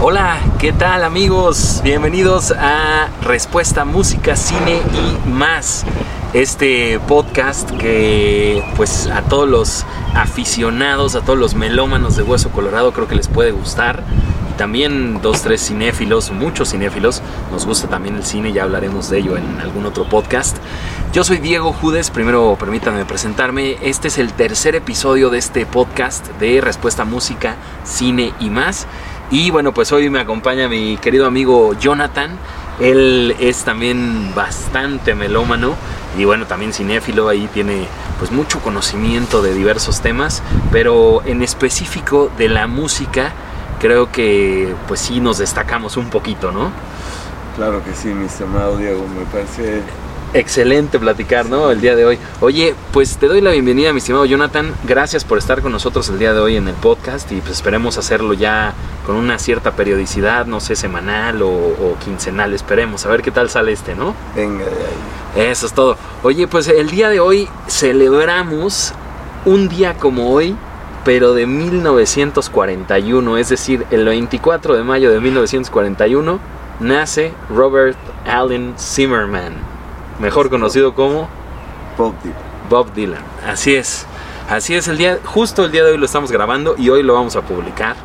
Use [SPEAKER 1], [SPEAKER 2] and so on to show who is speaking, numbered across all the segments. [SPEAKER 1] Hola, ¿qué tal amigos? Bienvenidos a Respuesta Música, Cine y más. Este podcast que pues a todos los aficionados, a todos los melómanos de Hueso Colorado creo que les puede gustar. Y también dos, tres cinéfilos, muchos cinéfilos. Nos gusta también el cine, ya hablaremos de ello en algún otro podcast. Yo soy Diego Judes, primero permítanme presentarme. Este es el tercer episodio de este podcast de Respuesta Música, Cine y más. Y bueno, pues hoy me acompaña mi querido amigo Jonathan. Él es también bastante melómano y bueno, también cinéfilo, ahí tiene pues mucho conocimiento de diversos temas, pero en específico de la música, creo que pues sí nos destacamos un poquito, ¿no?
[SPEAKER 2] Claro que sí, mi estimado Diego, me parece
[SPEAKER 1] excelente platicar, ¿no? El día de hoy. Oye, pues te doy la bienvenida, mi estimado Jonathan. Gracias por estar con nosotros el día de hoy en el podcast y pues esperemos hacerlo ya con una cierta periodicidad, no sé, semanal o, o quincenal, esperemos. A ver qué tal sale este, ¿no?
[SPEAKER 2] venga de ahí.
[SPEAKER 1] Eso es todo. Oye, pues el día de hoy celebramos un día como hoy, pero de 1941, es decir, el 24 de mayo de 1941 nace Robert Allen Zimmerman, mejor conocido como
[SPEAKER 2] Pop Deep.
[SPEAKER 1] Bob Dylan. Así es. Así es, el día, justo el día de hoy lo estamos grabando y hoy lo vamos a publicar.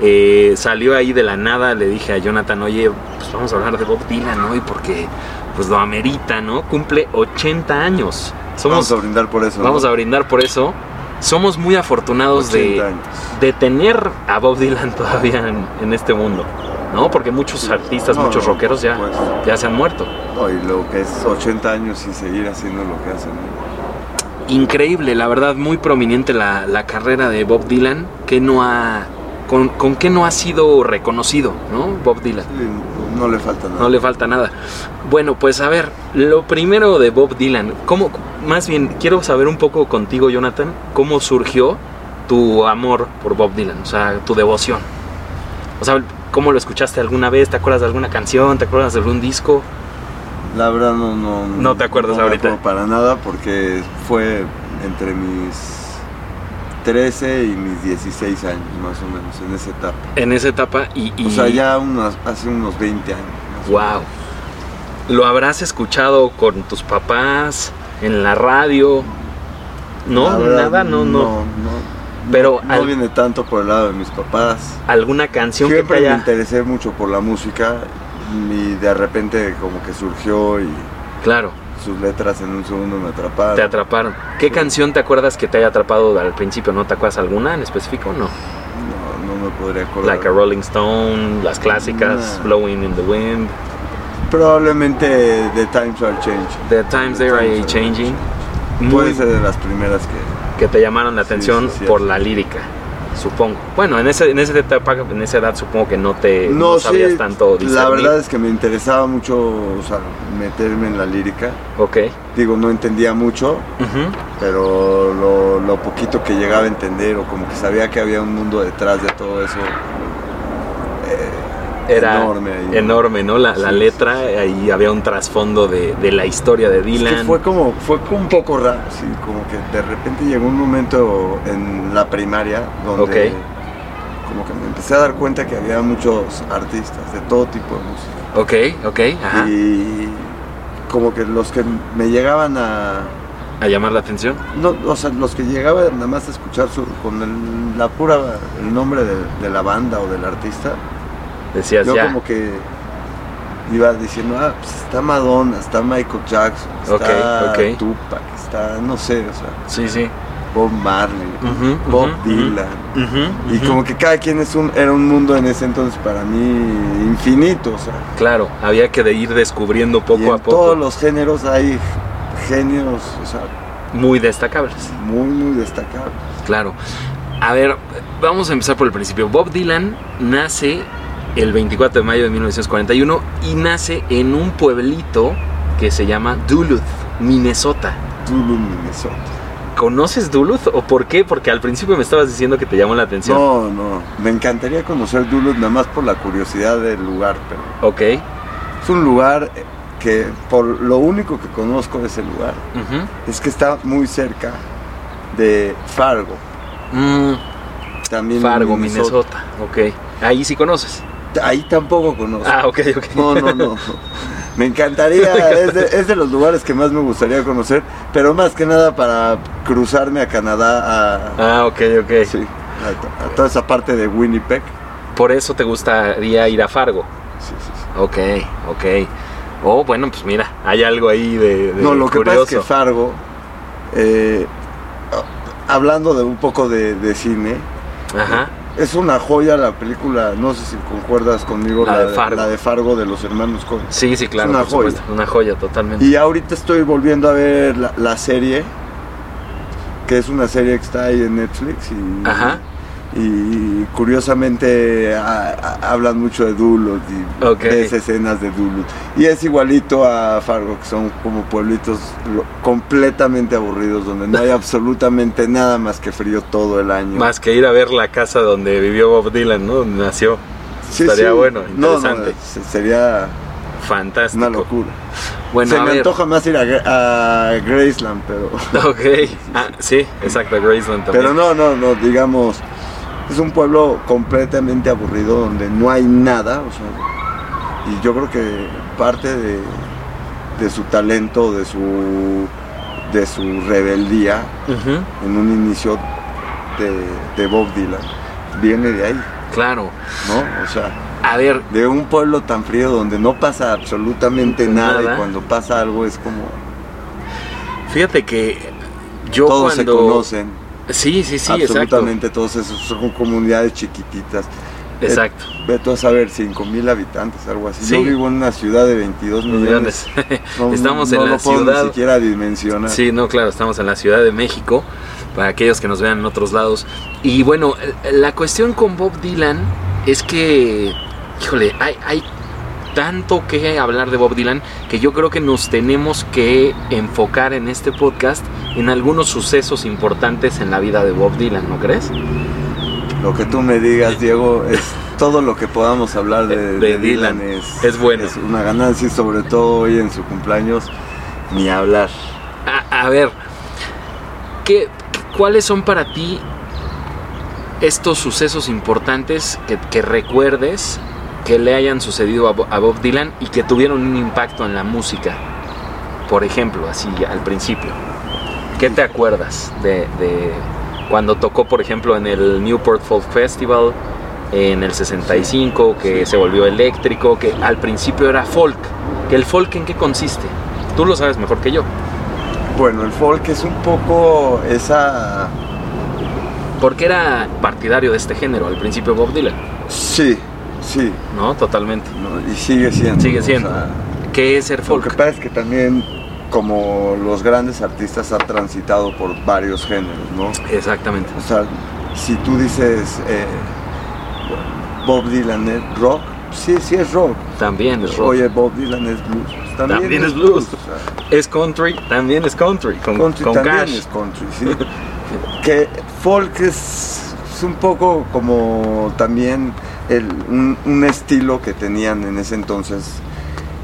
[SPEAKER 1] Eh, salió ahí de la nada, le dije a Jonathan, oye, pues vamos a hablar de Bob Dylan hoy porque pues lo amerita, ¿no? Cumple 80 años. Somos,
[SPEAKER 2] Vamos a brindar por eso.
[SPEAKER 1] vamos a brindar por eso. Somos muy afortunados de,
[SPEAKER 2] 80 años.
[SPEAKER 1] de tener a Bob Dylan todavía en, en este mundo, ¿no? Porque muchos artistas,
[SPEAKER 2] No,
[SPEAKER 1] muchos
[SPEAKER 2] no,
[SPEAKER 1] rockeros ya,
[SPEAKER 2] por supuesto.
[SPEAKER 1] ya se han muerto.
[SPEAKER 2] No, y lo que es 80 años y seguir haciendo lo que hacen. ¿no?
[SPEAKER 1] increíble, la verdad, muy prominente la, la carrera de Bob Dylan, que no ha, con, con que no ha sido reconocido, ¿no? Bob Dylan.
[SPEAKER 2] Y no le falta nada.
[SPEAKER 1] No le falta nada. Bueno, pues a ver, lo primero de Bob Dylan, ¿cómo, más bien, quiero saber un poco contigo, Jonathan, cómo surgió tu amor por Bob Dylan, o sea, tu devoción. O sea, ¿cómo lo escuchaste alguna vez? ¿Te acuerdas de alguna canción? ¿Te acuerdas de algún disco?
[SPEAKER 2] La verdad no... No,
[SPEAKER 1] No te acuerdas
[SPEAKER 2] no me
[SPEAKER 1] ahorita.
[SPEAKER 2] acuerdo para nada porque fue entre mis 13 y mis 16 años más o menos en esa etapa.
[SPEAKER 1] En esa etapa y... y-
[SPEAKER 2] O sea, ya unas- hace unos 20 años. más o
[SPEAKER 1] Wow. Lo habrás escuchado con tus papás, en la radio. No,
[SPEAKER 2] La verdad,
[SPEAKER 1] nada, no, no.
[SPEAKER 2] No, no.
[SPEAKER 1] Pero
[SPEAKER 2] No
[SPEAKER 1] al-
[SPEAKER 2] viene tanto por el lado de mis papás.
[SPEAKER 1] alguna canción que te
[SPEAKER 2] Siempre me
[SPEAKER 1] haya.
[SPEAKER 2] interesé mucho por la música y de repente como que surgió y
[SPEAKER 1] Claro,
[SPEAKER 2] sus letras en un segundo me atraparon.
[SPEAKER 1] te atraparon. ¿Qué canción te acuerdas que te haya atrapado al principio? ¿No te acuerdas alguna en específico? No.
[SPEAKER 2] No, no me podría acordar.
[SPEAKER 1] Like a Rolling Stone, las clásicas,
[SPEAKER 2] Nah.
[SPEAKER 1] Blowing in the Wind,
[SPEAKER 2] Probablemente The Times Are Changing.
[SPEAKER 1] The Times They Are
[SPEAKER 2] Times
[SPEAKER 1] Changing.
[SPEAKER 2] Puede
[SPEAKER 1] Muy
[SPEAKER 2] ser de las primeras que...
[SPEAKER 1] que te llamaron la
[SPEAKER 2] Sí,
[SPEAKER 1] atención
[SPEAKER 2] sí, sí,
[SPEAKER 1] por
[SPEAKER 2] sí.
[SPEAKER 1] la lírica, supongo. Bueno, en, ese, en, esa etapa, en esa edad supongo que no te no
[SPEAKER 2] no
[SPEAKER 1] sabías
[SPEAKER 2] sé,
[SPEAKER 1] tanto
[SPEAKER 2] la
[SPEAKER 1] discernir.
[SPEAKER 2] verdad es que me interesaba mucho o sea, meterme en la lírica.
[SPEAKER 1] Ok.
[SPEAKER 2] Digo, no entendía mucho,
[SPEAKER 1] Ujú.
[SPEAKER 2] pero lo, lo poquito que llegaba a entender o como que sabía que había un mundo detrás de todo eso eh,
[SPEAKER 1] Era
[SPEAKER 2] enorme. ahí.
[SPEAKER 1] enorme, ¿no? La, la
[SPEAKER 2] Sí,
[SPEAKER 1] letra, ahí había un trasfondo de, de la historia de
[SPEAKER 2] Es que
[SPEAKER 1] Dylan.
[SPEAKER 2] fue como fue como un poco raro, sí, como que de repente llegó un momento en la primaria donde
[SPEAKER 1] Ok.
[SPEAKER 2] como que me empecé a dar cuenta que había muchos artistas de todo tipo de música
[SPEAKER 1] Ok, ok, ajá.
[SPEAKER 2] y como que los que me llegaban a
[SPEAKER 1] A llamar la atención.
[SPEAKER 2] no, o sea, los que llegaban nada más a escuchar su- con el- la pura el nombre de, de la banda o del artista,
[SPEAKER 1] Decías
[SPEAKER 2] yo
[SPEAKER 1] ya.
[SPEAKER 2] como que iba diciendo, ah, pues está Madonna, está Michael Jackson, está
[SPEAKER 1] Ok, ok.
[SPEAKER 2] Tupac, está, no sé, o sea,
[SPEAKER 1] Sí, sí.
[SPEAKER 2] Bob Marley,
[SPEAKER 1] Ujú,
[SPEAKER 2] Bob
[SPEAKER 1] ujú,
[SPEAKER 2] Dylan.
[SPEAKER 1] ujú, ujú,
[SPEAKER 2] Y
[SPEAKER 1] ujú.
[SPEAKER 2] como que cada quien es un, era un mundo en ese entonces para mí infinito, o sea,
[SPEAKER 1] Claro, había que de ir descubriendo poco
[SPEAKER 2] y en
[SPEAKER 1] a poco.
[SPEAKER 2] todos los géneros hay genios, o sea,
[SPEAKER 1] Muy destacables.
[SPEAKER 2] muy, muy destacables.
[SPEAKER 1] Claro. A ver, vamos a empezar por el principio. Bob Dylan nace el 24 de mayo de 1941 y nace en un pueblito que se llama Duluth, Minnesota.
[SPEAKER 2] Tulum, Minnesota.
[SPEAKER 1] ¿Conoces Duluth o por qué? Porque al principio me estabas diciendo que te llamó la atención.
[SPEAKER 2] No, no, me encantaría conocer Duluth nada más por la curiosidad del lugar, pero
[SPEAKER 1] Ok.
[SPEAKER 2] es un lugar que por lo único que conozco de ese lugar
[SPEAKER 1] Ujú.
[SPEAKER 2] es que está muy cerca de Fargo,
[SPEAKER 1] Mm,
[SPEAKER 2] también en
[SPEAKER 1] Fargo, Minnesota. Ok. Ahí sí conoces.
[SPEAKER 2] ahí tampoco conozco.
[SPEAKER 1] Ah, ok, ok.
[SPEAKER 2] No, no, no. Me encantaría, es de, es de los lugares que más me gustaría conocer, pero más que nada para cruzarme a Canadá, a,
[SPEAKER 1] Ah, ok, ok.
[SPEAKER 2] sí, a- a toda esa parte de Winnipeg.
[SPEAKER 1] Por eso te gustaría ir a Fargo.
[SPEAKER 2] Sí, sí, sí.
[SPEAKER 1] Ok, ok. Oh, bueno, pues mira, hay algo ahí de, de
[SPEAKER 2] No, lo que pasa
[SPEAKER 1] curioso.
[SPEAKER 2] es que Fargo, eh, a- hablando de un poco de, de cine,
[SPEAKER 1] Ajá.
[SPEAKER 2] es una joya la película, no sé si concuerdas conmigo,
[SPEAKER 1] La de Fargo.
[SPEAKER 2] la de Fargo de los hermanos Coen.
[SPEAKER 1] Sí, sí, claro,
[SPEAKER 2] una
[SPEAKER 1] por supuesto. Una joya totalmente.
[SPEAKER 2] Y ahorita estoy volviendo a ver la, la serie, que es una serie que está ahí en Netflix y,
[SPEAKER 1] Ajá.
[SPEAKER 2] y curiosamente a- a- hablan mucho de Duluth y
[SPEAKER 1] Ok.
[SPEAKER 2] ves escenas de Duluth. Y es igualito a Fargo, que son como pueblitos lo- completamente aburridos donde no hay absolutamente nada más que frío todo el año.
[SPEAKER 1] Más que ir a ver la casa donde vivió Bob Dylan, ¿no? Donde nació.
[SPEAKER 2] Sí,
[SPEAKER 1] estaría
[SPEAKER 2] sí.
[SPEAKER 1] bueno,
[SPEAKER 2] No, no,
[SPEAKER 1] interesante.
[SPEAKER 2] se- sería
[SPEAKER 1] Fantástico.
[SPEAKER 2] una locura.
[SPEAKER 1] Bueno,
[SPEAKER 2] Se
[SPEAKER 1] a
[SPEAKER 2] me
[SPEAKER 1] ver.
[SPEAKER 2] antoja más ir a, Gra- a Graceland, pero...
[SPEAKER 1] Ok. Ah, sí, exacto, a Graceland también.
[SPEAKER 2] Pero no, no, no, digamos, es un pueblo completamente aburrido donde no hay nada, o sea, y yo creo que parte de, de su talento, de su, de su rebeldía
[SPEAKER 1] Ujú,
[SPEAKER 2] en un inicio de, de Bob Dylan viene de ahí,
[SPEAKER 1] Claro.
[SPEAKER 2] ¿no? O sea,
[SPEAKER 1] A ver,
[SPEAKER 2] de un pueblo tan frío donde no pasa absolutamente nada,
[SPEAKER 1] Nada.
[SPEAKER 2] y cuando pasa algo es como
[SPEAKER 1] fíjate que yo
[SPEAKER 2] todos se
[SPEAKER 1] cuando.
[SPEAKER 2] conocen,
[SPEAKER 1] Sí, sí, sí, exacto.
[SPEAKER 2] absolutamente todos esos son comunidades chiquititas.
[SPEAKER 1] Exacto.
[SPEAKER 2] Ve tú a saber, 5 mil habitantes, algo así.
[SPEAKER 1] Sí.
[SPEAKER 2] Yo vivo en una ciudad de 22 millones. No-
[SPEAKER 1] Estamos
[SPEAKER 2] no
[SPEAKER 1] en
[SPEAKER 2] lo
[SPEAKER 1] la
[SPEAKER 2] puedo
[SPEAKER 1] ciudad.
[SPEAKER 2] ni siquiera dimensionar.
[SPEAKER 1] Sí, no, claro, estamos en la Ciudad de México, para aquellos que nos vean en otros lados. Y bueno, la cuestión con Bob Dylan es que, híjole, hay, hay tanto que hablar de Bob Dylan que yo creo que nos tenemos que enfocar en este podcast en algunos sucesos importantes en la vida de Bob Dylan, ¿no crees?
[SPEAKER 2] Lo que tú me digas, Diego, es todo lo que podamos hablar de,
[SPEAKER 1] Eh, De
[SPEAKER 2] de
[SPEAKER 1] Dylan.
[SPEAKER 2] Dylan. Es,
[SPEAKER 1] Es bueno.
[SPEAKER 2] Es una ganancia y sobre todo hoy en su cumpleaños, ni hablar.
[SPEAKER 1] A, a ver, ¿qué, ¿cuáles son para ti estos sucesos importantes que, que recuerdes que le hayan sucedido a, Bo- a Bob Dylan y que tuvieron un impacto en la música? Por ejemplo, así al principio. ¿Qué te acuerdas de, de cuando tocó, por ejemplo, en el Newport Folk Festival en el 65, que se volvió eléctrico, que al principio era folk? ¿Que el folk en qué consiste? Tú lo sabes mejor que yo.
[SPEAKER 2] Bueno, el folk es un poco esa.
[SPEAKER 1] Porque era partidario de este género al principio Bob Dylan,
[SPEAKER 2] Sí, sí,
[SPEAKER 1] ¿no? Totalmente.
[SPEAKER 2] ¿no? y sigue siendo.
[SPEAKER 1] Sigue
[SPEAKER 2] o
[SPEAKER 1] siendo.
[SPEAKER 2] sea,
[SPEAKER 1] ¿Qué es ser
[SPEAKER 2] Lo que
[SPEAKER 1] folk?
[SPEAKER 2] pasa es que también, como los grandes artistas, ha transitado por varios géneros, ¿no?
[SPEAKER 1] Exactamente.
[SPEAKER 2] O sea, si tú dices eh, Bob Dylan es rock, sí, sí es rock.
[SPEAKER 1] También es rock.
[SPEAKER 2] Oye, Bob Dylan es blues. También,
[SPEAKER 1] También es blues.
[SPEAKER 2] o sea,
[SPEAKER 1] Es country, también es country. Con,
[SPEAKER 2] country
[SPEAKER 1] con
[SPEAKER 2] también
[SPEAKER 1] Cash.
[SPEAKER 2] es country, sí. que folk es, es un poco como también el- un, un estilo que tenían en ese entonces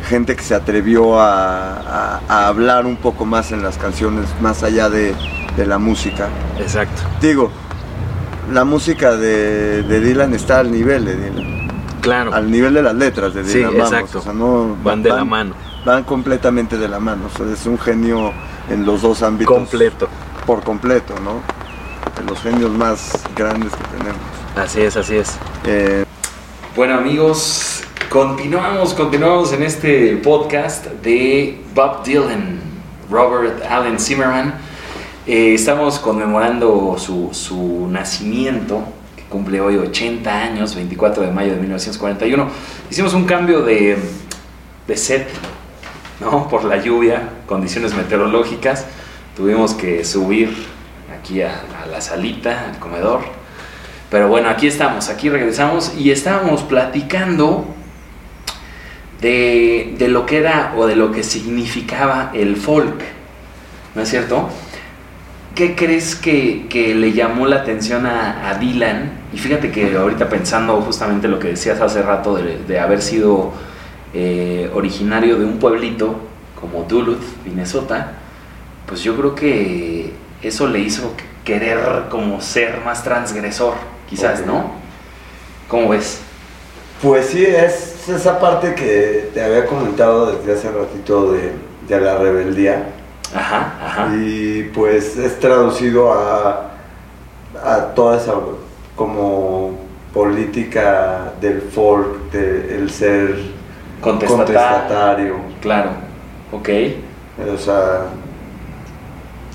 [SPEAKER 2] gente que se atrevió a, a- a hablar un poco más en las canciones, más allá de- de la música.
[SPEAKER 1] Exacto.
[SPEAKER 2] Digo, la música de, de Dylan está al nivel de Dylan,
[SPEAKER 1] Claro.
[SPEAKER 2] al nivel de las letras de
[SPEAKER 1] Sí,
[SPEAKER 2] Dylan, vamos,
[SPEAKER 1] exacto.
[SPEAKER 2] o sea, no-
[SPEAKER 1] Van de la mano.
[SPEAKER 2] van completamente de la mano, o sea, es un genio en los dos ámbitos
[SPEAKER 1] Completo.
[SPEAKER 2] por completo, ¿no? De los genios más grandes que tenemos.
[SPEAKER 1] Así es, así es.
[SPEAKER 2] Eh,
[SPEAKER 1] Bueno amigos, continuamos, continuamos en este podcast de Bob Dylan, Robert Allen Zimmerman. Eh, estamos conmemorando su, su nacimiento, que cumple hoy 80 años, 24 de mayo de 1941. Hicimos un cambio de, de set, ¿no? Por la lluvia, condiciones meteorológicas. Tuvimos que subir aquí a- a la salita, al comedor. Pero bueno, aquí estamos, aquí regresamos y estábamos platicando de, de lo que era o de lo que significaba el folk, ¿no es cierto? ¿Qué crees que, que le llamó la atención a, a Dylan? Y fíjate que ahorita pensando justamente lo que decías hace rato de, de haber sido eh, originario de un pueblito como Duluth, Minnesota, pues yo creo que eso le hizo querer como ser más transgresor, quizás,
[SPEAKER 2] Ok.
[SPEAKER 1] ¿no? ¿Cómo ves?
[SPEAKER 2] Pues sí, es esa parte que te había comentado desde hace ratito de, de la rebeldía.
[SPEAKER 1] Ajá, ajá.
[SPEAKER 2] Y pues es traducido a, a toda esa como política del folk, de- el ser
[SPEAKER 1] Contestatario.
[SPEAKER 2] contestatario.
[SPEAKER 1] Claro, ok.
[SPEAKER 2] O sea,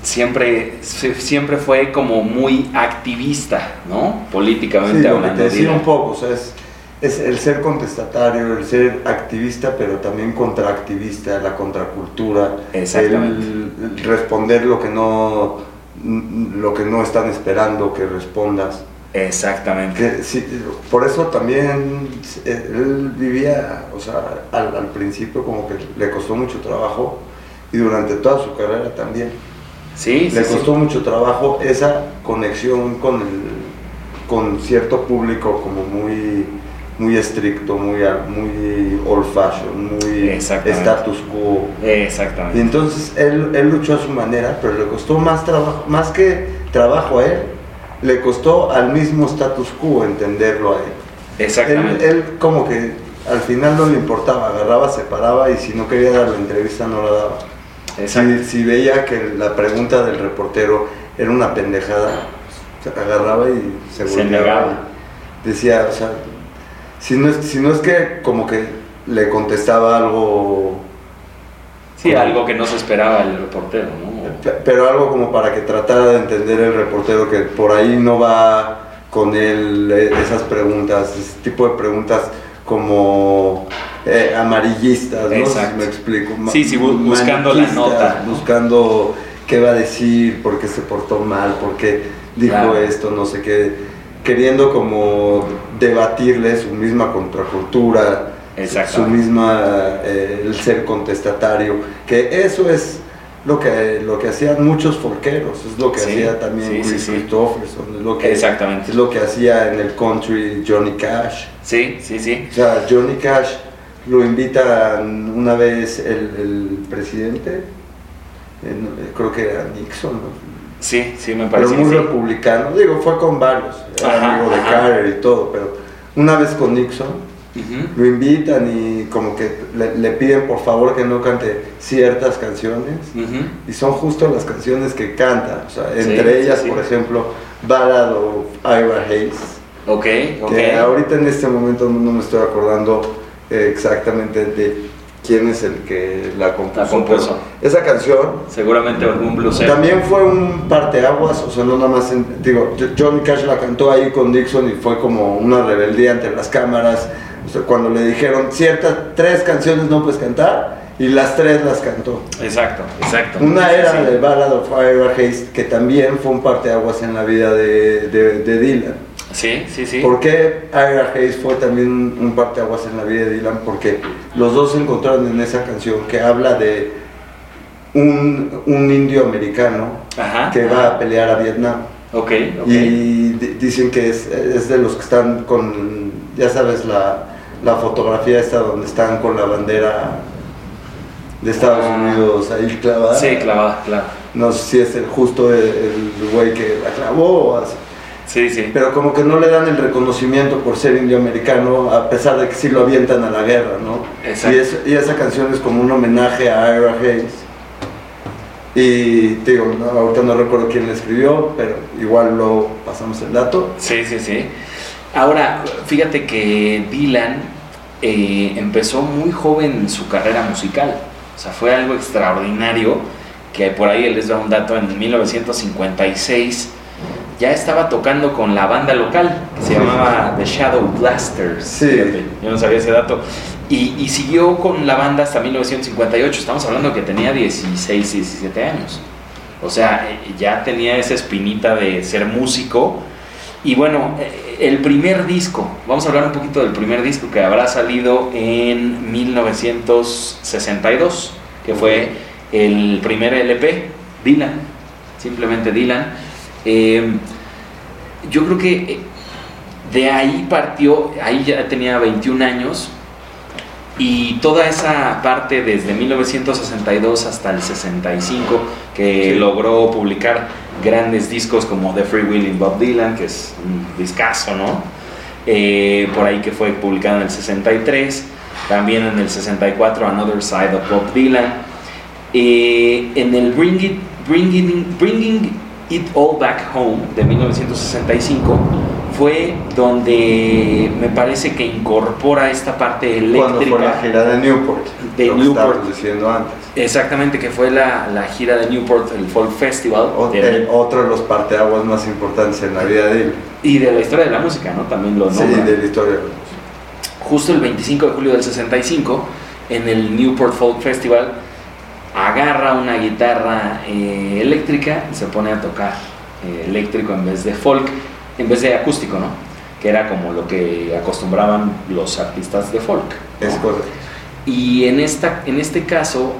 [SPEAKER 1] Siempre, se- siempre fue como muy activista, ¿no? Políticamente
[SPEAKER 2] sí, lo que
[SPEAKER 1] hablando.
[SPEAKER 2] te decía
[SPEAKER 1] digo.
[SPEAKER 2] un poco, o sea, es, es el ser contestatario, el ser activista, pero también contraactivista, la contracultura, el,
[SPEAKER 1] Exactamente.
[SPEAKER 2] el responder lo que no lo que no están esperando que respondas.
[SPEAKER 1] Exactamente.
[SPEAKER 2] Que sí, por eso también eh, él vivía, o sea, al, al principio como que le costó mucho trabajo y durante toda su carrera también.
[SPEAKER 1] Sí, sí,
[SPEAKER 2] Le
[SPEAKER 1] sí.
[SPEAKER 2] costó mucho trabajo esa conexión con, el, con cierto público como muy, muy estricto, muy, a- muy old fashion, muy
[SPEAKER 1] Exactamente.
[SPEAKER 2] status quo. Y
[SPEAKER 1] Exactamente.
[SPEAKER 2] entonces él, él luchó a su manera, pero le costó más trabajo, más que trabajo a él, le costó al mismo status quo entenderlo a él. Él,
[SPEAKER 1] Exactamente.
[SPEAKER 2] él como que al final no le importaba, agarraba, se paraba y si no quería dar la entrevista no la daba.
[SPEAKER 1] Exacto.
[SPEAKER 2] Si, si veía que la pregunta del reportero era una pendejada, se agarraba y se
[SPEAKER 1] Se
[SPEAKER 2] volteaba
[SPEAKER 1] negaba.
[SPEAKER 2] y Decía, o sea, si no, es, si no es que como que le contestaba algo,
[SPEAKER 1] Sí, algo que no se esperaba el reportero, ¿no?
[SPEAKER 2] pe- pero algo como para que tratara de entender el reportero que por ahí no va con él eh, esas preguntas, ese tipo de preguntas como eh, amarillistas, ¿no?
[SPEAKER 1] Exacto.
[SPEAKER 2] Si me explico. ma-
[SPEAKER 1] Sí, sí, bu- buscando la
[SPEAKER 2] maniquistas,
[SPEAKER 1] nota, ¿no?
[SPEAKER 2] Buscando qué va a decir, por qué se portó mal, por qué dijo
[SPEAKER 1] Claro.
[SPEAKER 2] esto, no sé qué. Queriendo como debatirle su misma contracultura,
[SPEAKER 1] Exacto.
[SPEAKER 2] su misma, eh, el ser contestatario, que eso es lo que, lo que hacían muchos forqueros, es lo que
[SPEAKER 1] Sí,
[SPEAKER 2] hacía también
[SPEAKER 1] sí, sí,
[SPEAKER 2] Chris
[SPEAKER 1] sí.
[SPEAKER 2] Christopherson, es lo que,
[SPEAKER 1] Exactamente.
[SPEAKER 2] es lo que hacía en el country Johnny Cash.
[SPEAKER 1] Sí, sí, sí.
[SPEAKER 2] O sea, Johnny Cash lo invitan una vez el, el presidente, eh, no, eh, creo que era Nixon, ¿no?
[SPEAKER 1] Sí, sí, me
[SPEAKER 2] pero
[SPEAKER 1] parece
[SPEAKER 2] muy
[SPEAKER 1] que sí.
[SPEAKER 2] republicano, digo, fue con varios, era
[SPEAKER 1] Ajá,
[SPEAKER 2] amigo de
[SPEAKER 1] ajá.
[SPEAKER 2] Carter y todo, pero una vez con Nixon
[SPEAKER 1] Ujú.
[SPEAKER 2] lo invitan y como que le, le piden por favor que no cante ciertas canciones
[SPEAKER 1] Ujú.
[SPEAKER 2] y son justo las canciones que canta, o sea,
[SPEAKER 1] Sí,
[SPEAKER 2] entre
[SPEAKER 1] sí,
[SPEAKER 2] ellas
[SPEAKER 1] sí.
[SPEAKER 2] por ejemplo Ballad of Ira Hayes,
[SPEAKER 1] Ok, ok.
[SPEAKER 2] que ahorita en este momento no me estoy acordando eh, exactamente de quién es el que la compuso.
[SPEAKER 1] La compuso.
[SPEAKER 2] pero Esa canción
[SPEAKER 1] Seguramente algún blusero.
[SPEAKER 2] también fue un parteaguas, o sea, no nada más, en- digo, Jo- Johnny Cash la cantó ahí con Dixon y fue como una rebeldía ante las cámaras, o sea, cuando le dijeron ciertas tres canciones no puedes cantar y las tres las cantó.
[SPEAKER 1] Exacto, exacto.
[SPEAKER 2] Una
[SPEAKER 1] Sí,
[SPEAKER 2] era
[SPEAKER 1] sí.
[SPEAKER 2] de Ballad of Ira Hayes, que también fue un parteaguas en la vida de, de- de Dylan.
[SPEAKER 1] Sí, sí, sí.
[SPEAKER 2] ¿Por qué Ira Hayes fue también un parteaguas en la vida de Dylan? Porque los dos se encontraron en esa canción que habla de un, un indio americano
[SPEAKER 1] Ajá.
[SPEAKER 2] que va a pelear a Vietnam.
[SPEAKER 1] Ok, ok.
[SPEAKER 2] Y di- dicen que es, es de los que están con, ya sabes, la, la fotografía esta donde están con la bandera de Estados
[SPEAKER 1] Ah.
[SPEAKER 2] Unidos ahí clavada.
[SPEAKER 1] Sí, clavada, claro.
[SPEAKER 2] No sé si es el, justo el- el güey que la clavó o así.
[SPEAKER 1] Sí, sí.
[SPEAKER 2] Pero como que no le dan el reconocimiento por ser indioamericano, a pesar de que sí lo avientan a la guerra, ¿no?
[SPEAKER 1] Exacto.
[SPEAKER 2] Y, es- y esa canción es como un homenaje a Ira Hayes. Y te digo, no, ahorita no recuerdo quién la escribió, pero igual luego pasamos el dato.
[SPEAKER 1] Sí, sí, sí. Ahora, fíjate que Dylan eh, empezó muy joven su carrera musical. O sea, fue algo extraordinario que por ahí les da un dato, en 1956 ya estaba tocando con la banda local que se llamaba The Shadow Blasters.
[SPEAKER 2] Sí.
[SPEAKER 1] Fíjate, yo no sabía ese dato. Y, y siguió con la banda hasta 1958. Estamos hablando que tenía 16, 17 años. O sea, eh, ya tenía esa espinita de ser músico. Y bueno, eh, el primer disco, vamos a hablar un poquito del primer disco que habrá salido en 1962, que fue el primer LP, Dylan, simplemente Dylan. Eh, yo creo que eh, de ahí partió, ahí ya tenía 21 años, y toda esa parte desde 1962 hasta el 65, que
[SPEAKER 2] Sí.
[SPEAKER 1] logró publicar grandes discos como The Free Willing Bob Dylan, que es un discazo, ¿no? eh, por ahí que fue publicado en el 63, también en el 64 Another Side of Bob Dylan, eh, en el Bring It, Bringing, Bringing It All Back Home de 1965 fue donde me parece que incorpora esta parte
[SPEAKER 2] Cuando fue la
[SPEAKER 1] eléctrica
[SPEAKER 2] gira de Newport.
[SPEAKER 1] De
[SPEAKER 2] lo que
[SPEAKER 1] Newport.
[SPEAKER 2] estábamos diciendo antes.
[SPEAKER 1] Exactamente, que fue la, la gira de Newport, el Folk Festival.
[SPEAKER 2] O-
[SPEAKER 1] de-
[SPEAKER 2] el- otro de los parteaguas más importantes en la vida de él.
[SPEAKER 1] y de la historia de la música, ¿no? También lo
[SPEAKER 2] Sí,
[SPEAKER 1] nombra.
[SPEAKER 2] de la historia.
[SPEAKER 1] Justo el 25 de julio del 65, en el Newport Folk Festival, agarra una guitarra eh, eléctrica y se pone a tocar eh, eléctrico en vez de folk, en vez de acústico, ¿no? Que era como lo que acostumbraban los artistas de folk. ¿no?
[SPEAKER 2] Es correcto.
[SPEAKER 1] Y en, esta, en este caso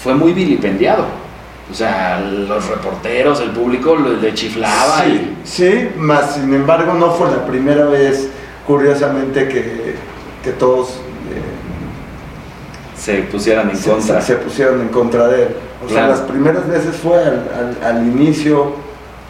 [SPEAKER 1] fue muy vilipendiado. O sea, los reporteros, el público lo- le chiflaba
[SPEAKER 2] Sí, sí, más sin embargo no fue la primera vez, curiosamente, que, que todos eh,
[SPEAKER 1] y se pusieran en
[SPEAKER 2] se,
[SPEAKER 1] contra.
[SPEAKER 2] se- se pusieron en contra de él. O sea,
[SPEAKER 1] Claro.
[SPEAKER 2] las primeras veces fue al, al- al inicio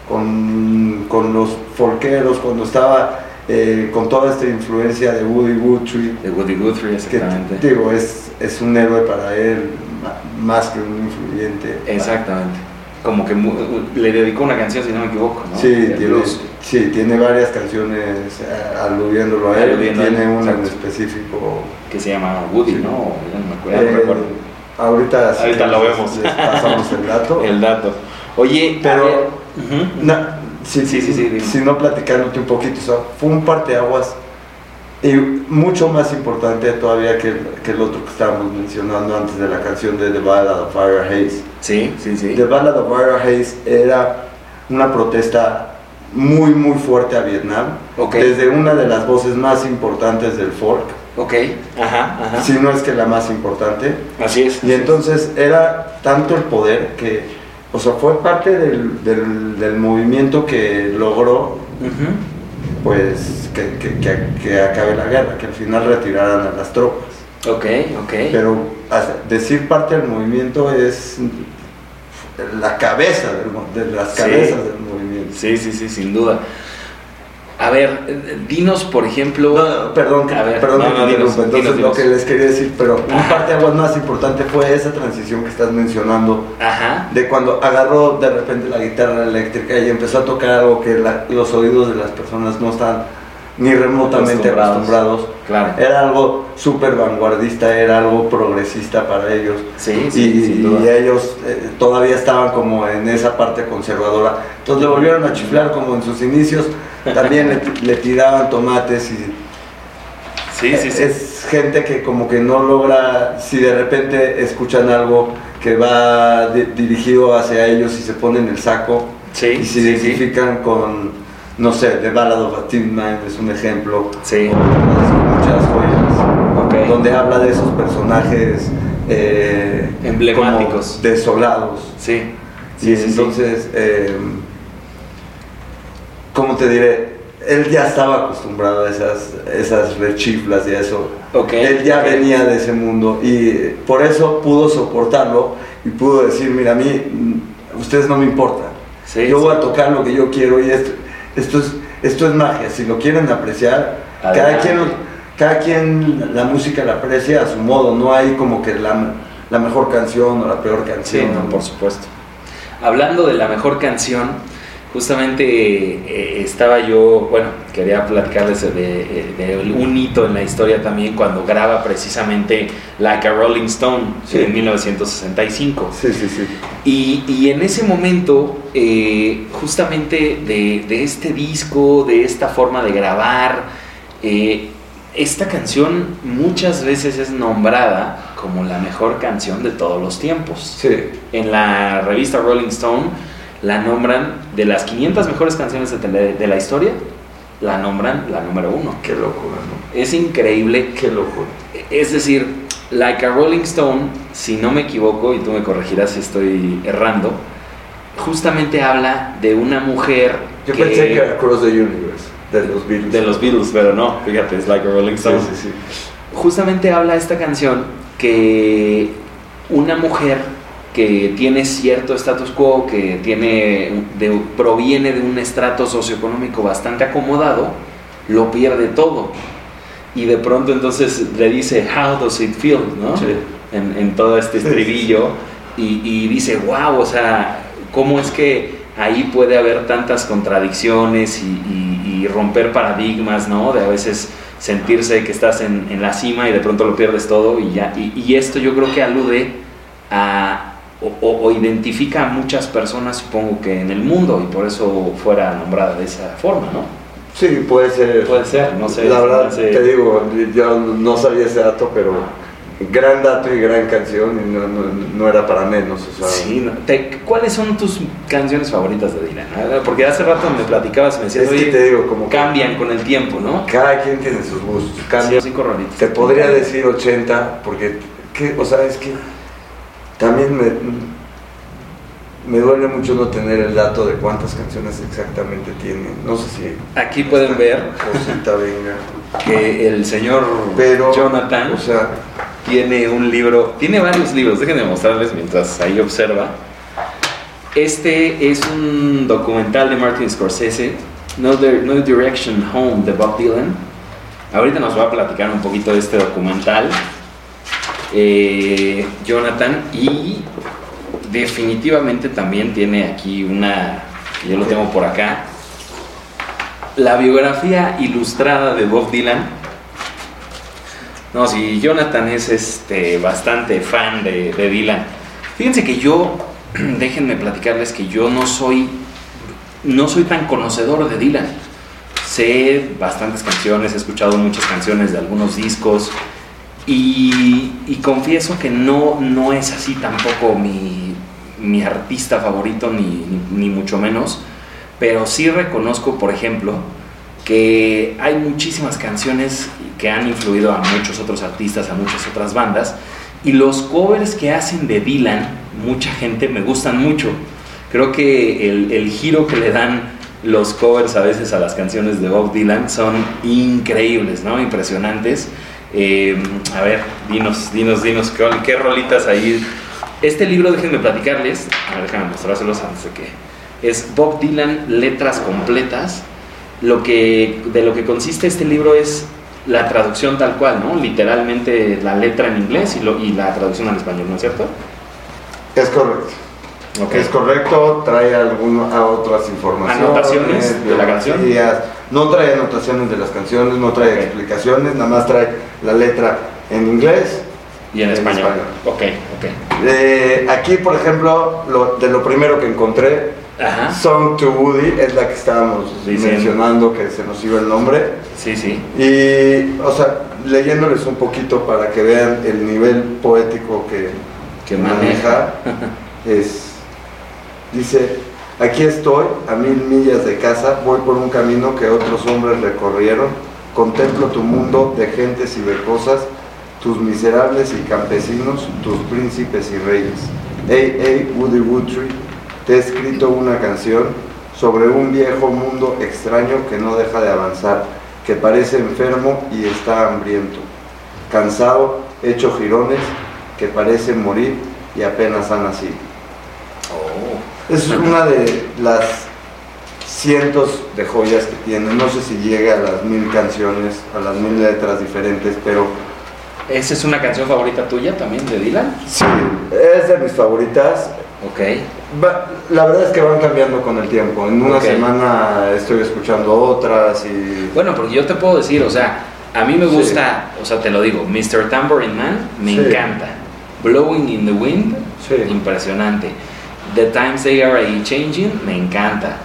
[SPEAKER 2] con, con los forqueros, cuando estaba eh, con toda esta influencia de Woody Guthrie,
[SPEAKER 1] De Woody Guthrie,
[SPEAKER 2] que
[SPEAKER 1] exactamente.
[SPEAKER 2] digo, es, es un héroe para él, ma- más que un influyente.
[SPEAKER 1] Exactamente. Como que mu- le dedicó una canción, si no me equivoco, ¿no?
[SPEAKER 2] Sí,
[SPEAKER 1] De
[SPEAKER 2] tiene,
[SPEAKER 1] blues.
[SPEAKER 2] sí, tiene varias canciones eh, aludiéndolo a él,
[SPEAKER 1] Aludiendo a él,
[SPEAKER 2] tiene una en
[SPEAKER 1] exacto.
[SPEAKER 2] específico.
[SPEAKER 1] Que se llama Woody,
[SPEAKER 2] Sí.
[SPEAKER 1] ¿no? O- ya no me acuerdo, no
[SPEAKER 2] Eh,
[SPEAKER 1] recuerdo
[SPEAKER 2] ahorita sí
[SPEAKER 1] Ahorita lo vemos.
[SPEAKER 2] les pasamos el dato.
[SPEAKER 1] el dato. Oye,
[SPEAKER 2] Pero-
[SPEAKER 1] a ver, ujú.
[SPEAKER 2] Na- si,
[SPEAKER 1] Sí, sí, sí, dime.
[SPEAKER 2] si no platicándote un poquito, o sea, fue un parteaguas y mucho más importante todavía que, el- que el otro que estábamos mencionando antes de la canción de The Ballad of Ira Hayes.
[SPEAKER 1] Sí, sí, sí.
[SPEAKER 2] The Ballad of Ira Hayes era una protesta muy, muy fuerte a Vietnam.
[SPEAKER 1] Ok.
[SPEAKER 2] Desde una de las voces más importantes del folk,
[SPEAKER 1] Ok. Ajá, ajá.
[SPEAKER 2] si no es que la más importante.
[SPEAKER 1] Así es.
[SPEAKER 2] Y entonces era tanto el poder que, o sea, fue parte del, del- del movimiento que logró,
[SPEAKER 1] Ujú.
[SPEAKER 2] pues, que, que- que- que acabe la guerra, que al final retiraran a las tropas.
[SPEAKER 1] Ok, ok.
[SPEAKER 2] Pero as- decir parte del movimiento es la cabeza, del mo- de las
[SPEAKER 1] Sí.
[SPEAKER 2] cabezas del movimiento.
[SPEAKER 1] Sí, sí, sí, sin duda. A ver, eh, dinos, por ejemplo.
[SPEAKER 2] No, perdón,
[SPEAKER 1] A ver,
[SPEAKER 2] perdón
[SPEAKER 1] no,
[SPEAKER 2] que
[SPEAKER 1] no,
[SPEAKER 2] te
[SPEAKER 1] dinos,
[SPEAKER 2] interrumpa. Entonces,
[SPEAKER 1] dinos,
[SPEAKER 2] lo que
[SPEAKER 1] dinos. Ah.
[SPEAKER 2] les quería decir, pero un
[SPEAKER 1] Ajá.
[SPEAKER 2] parteaguas más importante fue esa transición que estás mencionando,
[SPEAKER 1] Ajá.
[SPEAKER 2] de cuando agarró de repente la guitarra eléctrica y empezó a tocar algo que la- los oídos de las personas no están ni remotamente
[SPEAKER 1] Acostumbrados.
[SPEAKER 2] acostumbrados.
[SPEAKER 1] Claro.
[SPEAKER 2] Era algo súper vanguardista, era algo progresista para ellos.
[SPEAKER 1] Sí, sí,
[SPEAKER 2] Y,
[SPEAKER 1] sin
[SPEAKER 2] y
[SPEAKER 1] duda.
[SPEAKER 2] ellos eh, todavía estaban como en esa parte conservadora. Entonces le volvieron a chiflar como en sus inicios. También le, le tiraban tomates y
[SPEAKER 1] Sí, sí, sí.
[SPEAKER 2] es gente que como que no logra, si de repente escuchan algo que va di- dirigido hacia ellos y se ponen el saco
[SPEAKER 1] Sí,
[SPEAKER 2] y se
[SPEAKER 1] sí, sí.
[SPEAKER 2] identifican con, no sé, The Ballad of a Tin Man es un ejemplo,
[SPEAKER 1] Sí.
[SPEAKER 2] o otras muchas joyas,
[SPEAKER 1] Ok.
[SPEAKER 2] donde habla de esos personajes eh,
[SPEAKER 1] Emblemáticos.
[SPEAKER 2] como desolados.
[SPEAKER 1] Sí.
[SPEAKER 2] Y entonces, eh, ¿cómo te diré? Él ya estaba acostumbrado a esas, esas rechiflas y a eso.
[SPEAKER 1] Ok,
[SPEAKER 2] Él ya
[SPEAKER 1] ok.
[SPEAKER 2] venía de ese mundo y por eso pudo soportarlo y pudo decir, mira, a mí mm, ustedes no me importan.
[SPEAKER 1] Sí,
[SPEAKER 2] yo
[SPEAKER 1] sí.
[SPEAKER 2] voy a tocar lo que yo quiero y esto, esto, es, esto es magia. Si lo quieren apreciar, cada
[SPEAKER 1] Adelante.
[SPEAKER 2] quien, cada quien la música la aprecia a su modo. No hay como que la, la mejor canción o la peor
[SPEAKER 1] Sí,
[SPEAKER 2] canción.
[SPEAKER 1] no, por supuesto. Hablando de la mejor canción, justamente eh, estaba yo, bueno, quería platicarles de, de un hito en la historia también cuando graba precisamente Like a Rolling Stone
[SPEAKER 2] Sí.
[SPEAKER 1] en 1965.
[SPEAKER 2] Sí, sí, sí.
[SPEAKER 1] Y, y en ese momento, eh, justamente de, de este disco, de esta forma de grabar, eh, esta canción muchas veces es nombrada como la mejor canción de todos los tiempos.
[SPEAKER 2] Sí.
[SPEAKER 1] En la revista Rolling Stone la nombran de las 500 mejores canciones de, tele- de la historia, la nombran la número uno.
[SPEAKER 2] Qué locura, ¿no?
[SPEAKER 1] Es increíble
[SPEAKER 2] Qué locura.
[SPEAKER 1] es decir, Like a Rolling Stone, si no me equivoco, y tú me corregirás si estoy errando, justamente habla de una mujer
[SPEAKER 2] Yo pensé que era Across the Universe, de los Beatles.
[SPEAKER 1] de los Beatles, pero no, fíjate, es Like a Rolling
[SPEAKER 2] Sí,
[SPEAKER 1] Stone.
[SPEAKER 2] sí, sí.
[SPEAKER 1] Justamente habla esta canción que una mujer que tiene cierto status quo, que tiene de- proviene de un estrato socioeconómico bastante acomodado, lo pierde todo. Y de pronto entonces le dice, How does it feel? ¿no?
[SPEAKER 2] Sí.
[SPEAKER 1] En, en todo este estribillo. Y, y dice, wow, o sea, ¿cómo es que ahí puede haber tantas contradicciones y, y- y romper paradigmas, ¿no? De a veces sentirse que estás en, en la cima y de pronto lo pierdes todo y ya. Y, y esto yo creo que alude a, o, o- o identifica a muchas personas, supongo que en el mundo, y por eso fuera nombrada de esa forma, ¿no?
[SPEAKER 2] Sí, puede ser.
[SPEAKER 1] Puede ser, no sé.
[SPEAKER 2] La verdad,
[SPEAKER 1] se me hace-
[SPEAKER 2] te digo, yo no sabía ese dato, pero gran dato y gran canción, y no, no, no era para menos. O sea,
[SPEAKER 1] Sí, no, te- ¿Cuáles son tus canciones favoritas de Dylan? A ver, Porque hace rato me platicabas, me decías,
[SPEAKER 2] es que
[SPEAKER 1] "Oye,
[SPEAKER 2] te digo, como que
[SPEAKER 1] cambian con el tiempo, ¿no?
[SPEAKER 2] cada quien tiene sus gustos. Cambia.
[SPEAKER 1] Cinco rolitas.
[SPEAKER 2] Te podría decir 80, porque, que, o sea, es que también me, me duele mucho no tener el dato de cuántas canciones exactamente tiene. No sé si.
[SPEAKER 1] Aquí pueden ver
[SPEAKER 2] Cosita, venga.
[SPEAKER 1] que el señor
[SPEAKER 2] Pero.
[SPEAKER 1] Jonathan
[SPEAKER 2] O sea,
[SPEAKER 1] tiene un libro, tiene varios libros, déjenme mostrarles mientras ahí observa. Este es un documental de Martin Scorsese, No, Dir- No Direction Home de Bob Dylan. Ahorita nos va a platicar un poquito de este documental, eh, Jonathan, y definitivamente también tiene aquí una, que yo lo tengo por acá, la biografía ilustrada de Bob Dylan, no, sí, Jonathan es este bastante fan de, de Dylan. Fíjense que yo, déjenme platicarles que yo no soy, no soy tan conocedor de Dylan. Sé bastantes canciones, he escuchado muchas canciones de algunos discos y, y confieso que no, no es así tampoco mi, mi artista favorito, ni, ni- ni mucho menos. Pero sí reconozco, por ejemplo, que hay muchísimas canciones que han influido a muchos otros artistas, a muchas otras bandas, y los covers que hacen de Dylan, mucha gente me gustan mucho. Creo que el, el giro que le dan los covers a veces a las canciones de Bob Dylan son increíbles, ¿no? Impresionantes. Eh, a ver, dinos, dinos, dinos, ¿qué, qué rolitas ahí? Este libro, déjenme platicarles, a ver, déjenme mostrárselos antes de que... Es Bob Dylan, Letras Completas, lo que, de lo que consiste este libro es la traducción tal cual, ¿no? Literalmente la letra en inglés y, lo- y la traducción al español, ¿no es cierto?
[SPEAKER 2] es correcto.
[SPEAKER 1] Ok.
[SPEAKER 2] Es correcto, trae alguno, a otras informaciones.
[SPEAKER 1] Anotaciones de la canción.
[SPEAKER 2] biografías. No trae anotaciones de las canciones, no trae
[SPEAKER 1] Ok.
[SPEAKER 2] explicaciones, nada más trae la letra en inglés.
[SPEAKER 1] Y en,
[SPEAKER 2] en
[SPEAKER 1] español.
[SPEAKER 2] español.
[SPEAKER 1] Ok, ok.
[SPEAKER 2] Eh, aquí, por ejemplo, lo- de lo primero que encontré,
[SPEAKER 1] Ajá.
[SPEAKER 2] Song to Woody es la que estábamos
[SPEAKER 1] Dicen.
[SPEAKER 2] mencionando que se nos iba el nombre.
[SPEAKER 1] Sí, sí.
[SPEAKER 2] Y, o sea, leyéndoles un poquito para que vean el nivel poético que,
[SPEAKER 1] Que maneja.
[SPEAKER 2] es, dice, aquí estoy, a mil millas de casa, voy por un camino que otros hombres recorrieron, contemplo tu mundo de gentes y de cosas, tus miserables y campesinos, tus príncipes y reyes. Hey, hey, Woody Guthrie, te he escrito una canción sobre un viejo mundo extraño que no deja de avanzar, que parece enfermo y está hambriento, cansado, hecho jirones, que parece morir y apenas ha nacido.
[SPEAKER 1] Oh.
[SPEAKER 2] Es una de las cientos de joyas que tiene. No sé si llega a las mil canciones, a las mil letras diferentes, pero
[SPEAKER 1] ¿Esa es una canción favorita tuya también de Dylan?
[SPEAKER 2] sí, es de mis favoritas.
[SPEAKER 1] Ok.
[SPEAKER 2] Va- la verdad es que van cambiando con el tiempo. En una
[SPEAKER 1] Ok.
[SPEAKER 2] semana estoy escuchando otras y...
[SPEAKER 1] Bueno, porque yo te puedo decir, o sea, a mí me gusta, o sea, te lo digo, Mr. Tambourine Man me
[SPEAKER 2] Sí.
[SPEAKER 1] encanta. Blowing in the Wind
[SPEAKER 2] Sí.
[SPEAKER 1] Impresionante. The Times They Are a Changing, me encanta.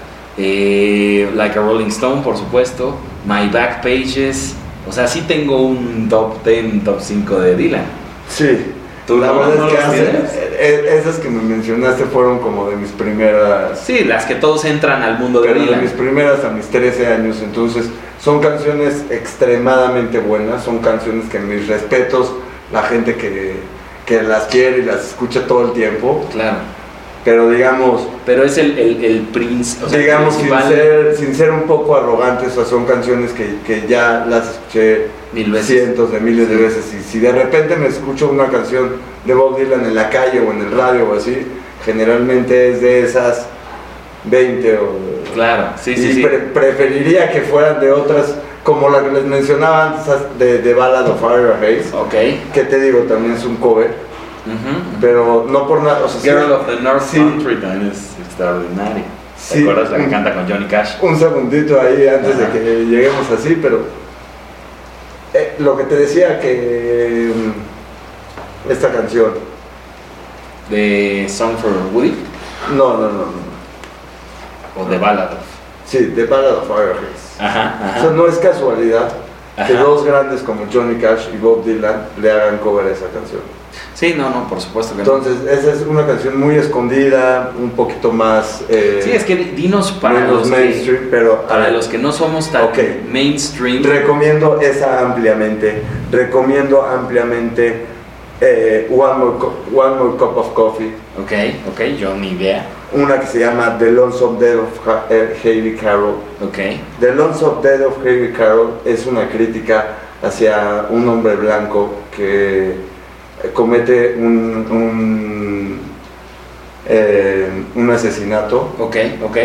[SPEAKER 1] Eh, like a Rolling Stone, por supuesto. My Back Pages. O sea, sí tengo un top 10, top 5 de Dylan.
[SPEAKER 2] Sí.
[SPEAKER 1] ¿Tú
[SPEAKER 2] la
[SPEAKER 1] no-
[SPEAKER 2] verdad
[SPEAKER 1] no
[SPEAKER 2] es que
[SPEAKER 1] las
[SPEAKER 2] hace-
[SPEAKER 1] tienes?
[SPEAKER 2] e- esas que me mencionaste fueron como de mis primeras
[SPEAKER 1] Sí, las que todos entran al mundo de
[SPEAKER 2] Pero de mis
[SPEAKER 1] Dylan.
[SPEAKER 2] primeras a mis 13 años, entonces son canciones extremadamente buenas, son canciones que mis respetos, la gente que, que las quiere y las escucha todo el tiempo,
[SPEAKER 1] Claro.
[SPEAKER 2] pero digamos,
[SPEAKER 1] Pero es el, el, el prince. o sea, el
[SPEAKER 2] digamos sin
[SPEAKER 1] principal
[SPEAKER 2] ser, sin ser un poco arrogantes, o sea, son canciones que, que ya las escuché
[SPEAKER 1] mil veces.
[SPEAKER 2] cientos de miles de
[SPEAKER 1] Sí.
[SPEAKER 2] veces y si de repente me escucho una canción de Bob Dylan en la calle o en el radio o así, generalmente es de esas 20 o
[SPEAKER 1] Claro, sí,
[SPEAKER 2] y
[SPEAKER 1] sí, sí.
[SPEAKER 2] pre- preferiría que fueran de otras Como la que les mencionaba antes de, de Ballad of Fire Haze,
[SPEAKER 1] Ok.
[SPEAKER 2] que te digo, también es un cover,
[SPEAKER 1] Ujú.
[SPEAKER 2] pero no por nada, o sea, sí-
[SPEAKER 1] Girl of the North
[SPEAKER 2] sí.
[SPEAKER 1] Country también es extraordinaria. ¿Te
[SPEAKER 2] Sí.
[SPEAKER 1] acuerdas la que
[SPEAKER 2] Mm.
[SPEAKER 1] canta con Johnny Cash?
[SPEAKER 2] un segundito ahí antes
[SPEAKER 1] Ajá.
[SPEAKER 2] de que lleguemos así, pero eh, lo que te decía que mm, esta canción,
[SPEAKER 1] De Song for Woody
[SPEAKER 2] no, no, no, no.
[SPEAKER 1] o de Ballad. of-
[SPEAKER 2] sí, de Ballad of Fire Haze.
[SPEAKER 1] Ajá,
[SPEAKER 2] O sea,
[SPEAKER 1] ajá.
[SPEAKER 2] no es casualidad que
[SPEAKER 1] Ajá.
[SPEAKER 2] dos grandes como Johnny Cash y Bob Dylan le hagan cover a esa canción.
[SPEAKER 1] Sí, no, no, por supuesto que no.
[SPEAKER 2] Entonces, esa es una canción muy escondida, un poquito más... eh,
[SPEAKER 1] Sí, es que di- dinos para
[SPEAKER 2] menos
[SPEAKER 1] los que,
[SPEAKER 2] mainstream, pero...
[SPEAKER 1] para los que no somos tan
[SPEAKER 2] Ok.
[SPEAKER 1] mainstream.
[SPEAKER 2] Recomiendo esa ampliamente. Recomiendo ampliamente eh, One, More Cu- One More Cup of Coffee.
[SPEAKER 1] Ok, ok, yo ni idea.
[SPEAKER 2] Una que se llama The Lonesome Dead of Ha- eh, Hayley Carroll.
[SPEAKER 1] Ok,
[SPEAKER 2] The Lonesome Dead of Hayley Carroll es una crítica hacia un hombre blanco que eh, comete un, un, eh, un asesinato
[SPEAKER 1] ok, ok.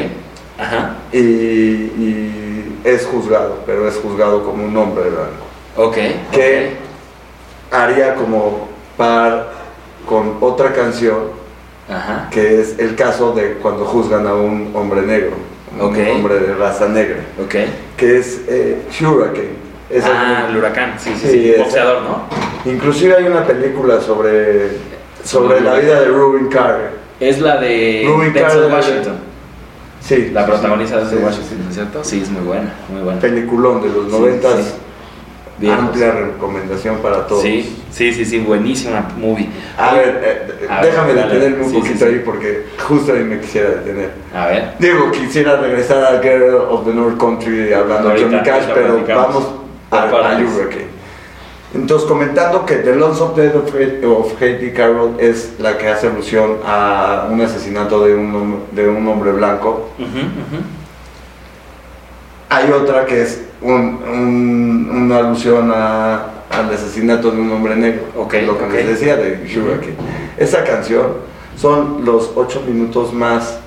[SPEAKER 1] Ajá.
[SPEAKER 2] y, y es juzgado, pero es juzgado como un hombre blanco.
[SPEAKER 1] Ok.
[SPEAKER 2] que haría como par con otra canción
[SPEAKER 1] ok. Ajá.
[SPEAKER 2] que es el caso de cuando juzgan a un hombre negro, un
[SPEAKER 1] Ok.
[SPEAKER 2] hombre de raza negra,
[SPEAKER 1] Ok.
[SPEAKER 2] que es eh, Hurricane. Esa
[SPEAKER 1] ah,
[SPEAKER 2] es-
[SPEAKER 1] el huracán, sí, sí,
[SPEAKER 2] Sí,
[SPEAKER 1] sí.
[SPEAKER 2] es-
[SPEAKER 1] Boxeador, ¿no?
[SPEAKER 2] Inclusive hay una película sobre, sobre la vida de Rubin Carter.
[SPEAKER 1] Es la de
[SPEAKER 2] Rubin
[SPEAKER 1] Denzel
[SPEAKER 2] Carter.
[SPEAKER 1] Washington.
[SPEAKER 2] Sí,
[SPEAKER 1] La
[SPEAKER 2] sí,
[SPEAKER 1] protagoniza
[SPEAKER 2] sí,
[SPEAKER 1] Denzel
[SPEAKER 2] sí,
[SPEAKER 1] Washington, ¿no
[SPEAKER 2] sí.
[SPEAKER 1] es cierto? Sí, es muy buena, muy buena.
[SPEAKER 2] Peliculón de
[SPEAKER 1] Sí,
[SPEAKER 2] los noventas.
[SPEAKER 1] sí. Viejos.
[SPEAKER 2] Amplia recomendación para todos.
[SPEAKER 1] Sí, sí, sí, sí, buenísima movie.
[SPEAKER 2] A ver, eh,
[SPEAKER 1] A ver,
[SPEAKER 2] déjame
[SPEAKER 1] dale,
[SPEAKER 2] detenerme un
[SPEAKER 1] sí, sí,
[SPEAKER 2] poquito
[SPEAKER 1] sí.
[SPEAKER 2] ahí porque justo ahí me quisiera detener.
[SPEAKER 1] A ver.
[SPEAKER 2] Digo, quisiera regresar a Girl of the North Country hablando de
[SPEAKER 1] Ahorita,
[SPEAKER 2] Johnny Cash,
[SPEAKER 1] ahorita
[SPEAKER 2] pero
[SPEAKER 1] platicamos.
[SPEAKER 2] vamos a,
[SPEAKER 1] Por
[SPEAKER 2] a
[SPEAKER 1] partes.
[SPEAKER 2] Hurricane. Entonces, comentando que The Lost of Death of, Hate- of Haiti Carroll es la que hace alusión a un asesinato de un, hom- de un hombre blanco,
[SPEAKER 1] Ujú, ujú.
[SPEAKER 2] hay otra que es un- un- una alusión a- al asesinato de un hombre negro,
[SPEAKER 1] Ok,
[SPEAKER 2] lo que
[SPEAKER 1] ok.
[SPEAKER 2] les decía de Hurricane. Esa canción son los ocho minutos más...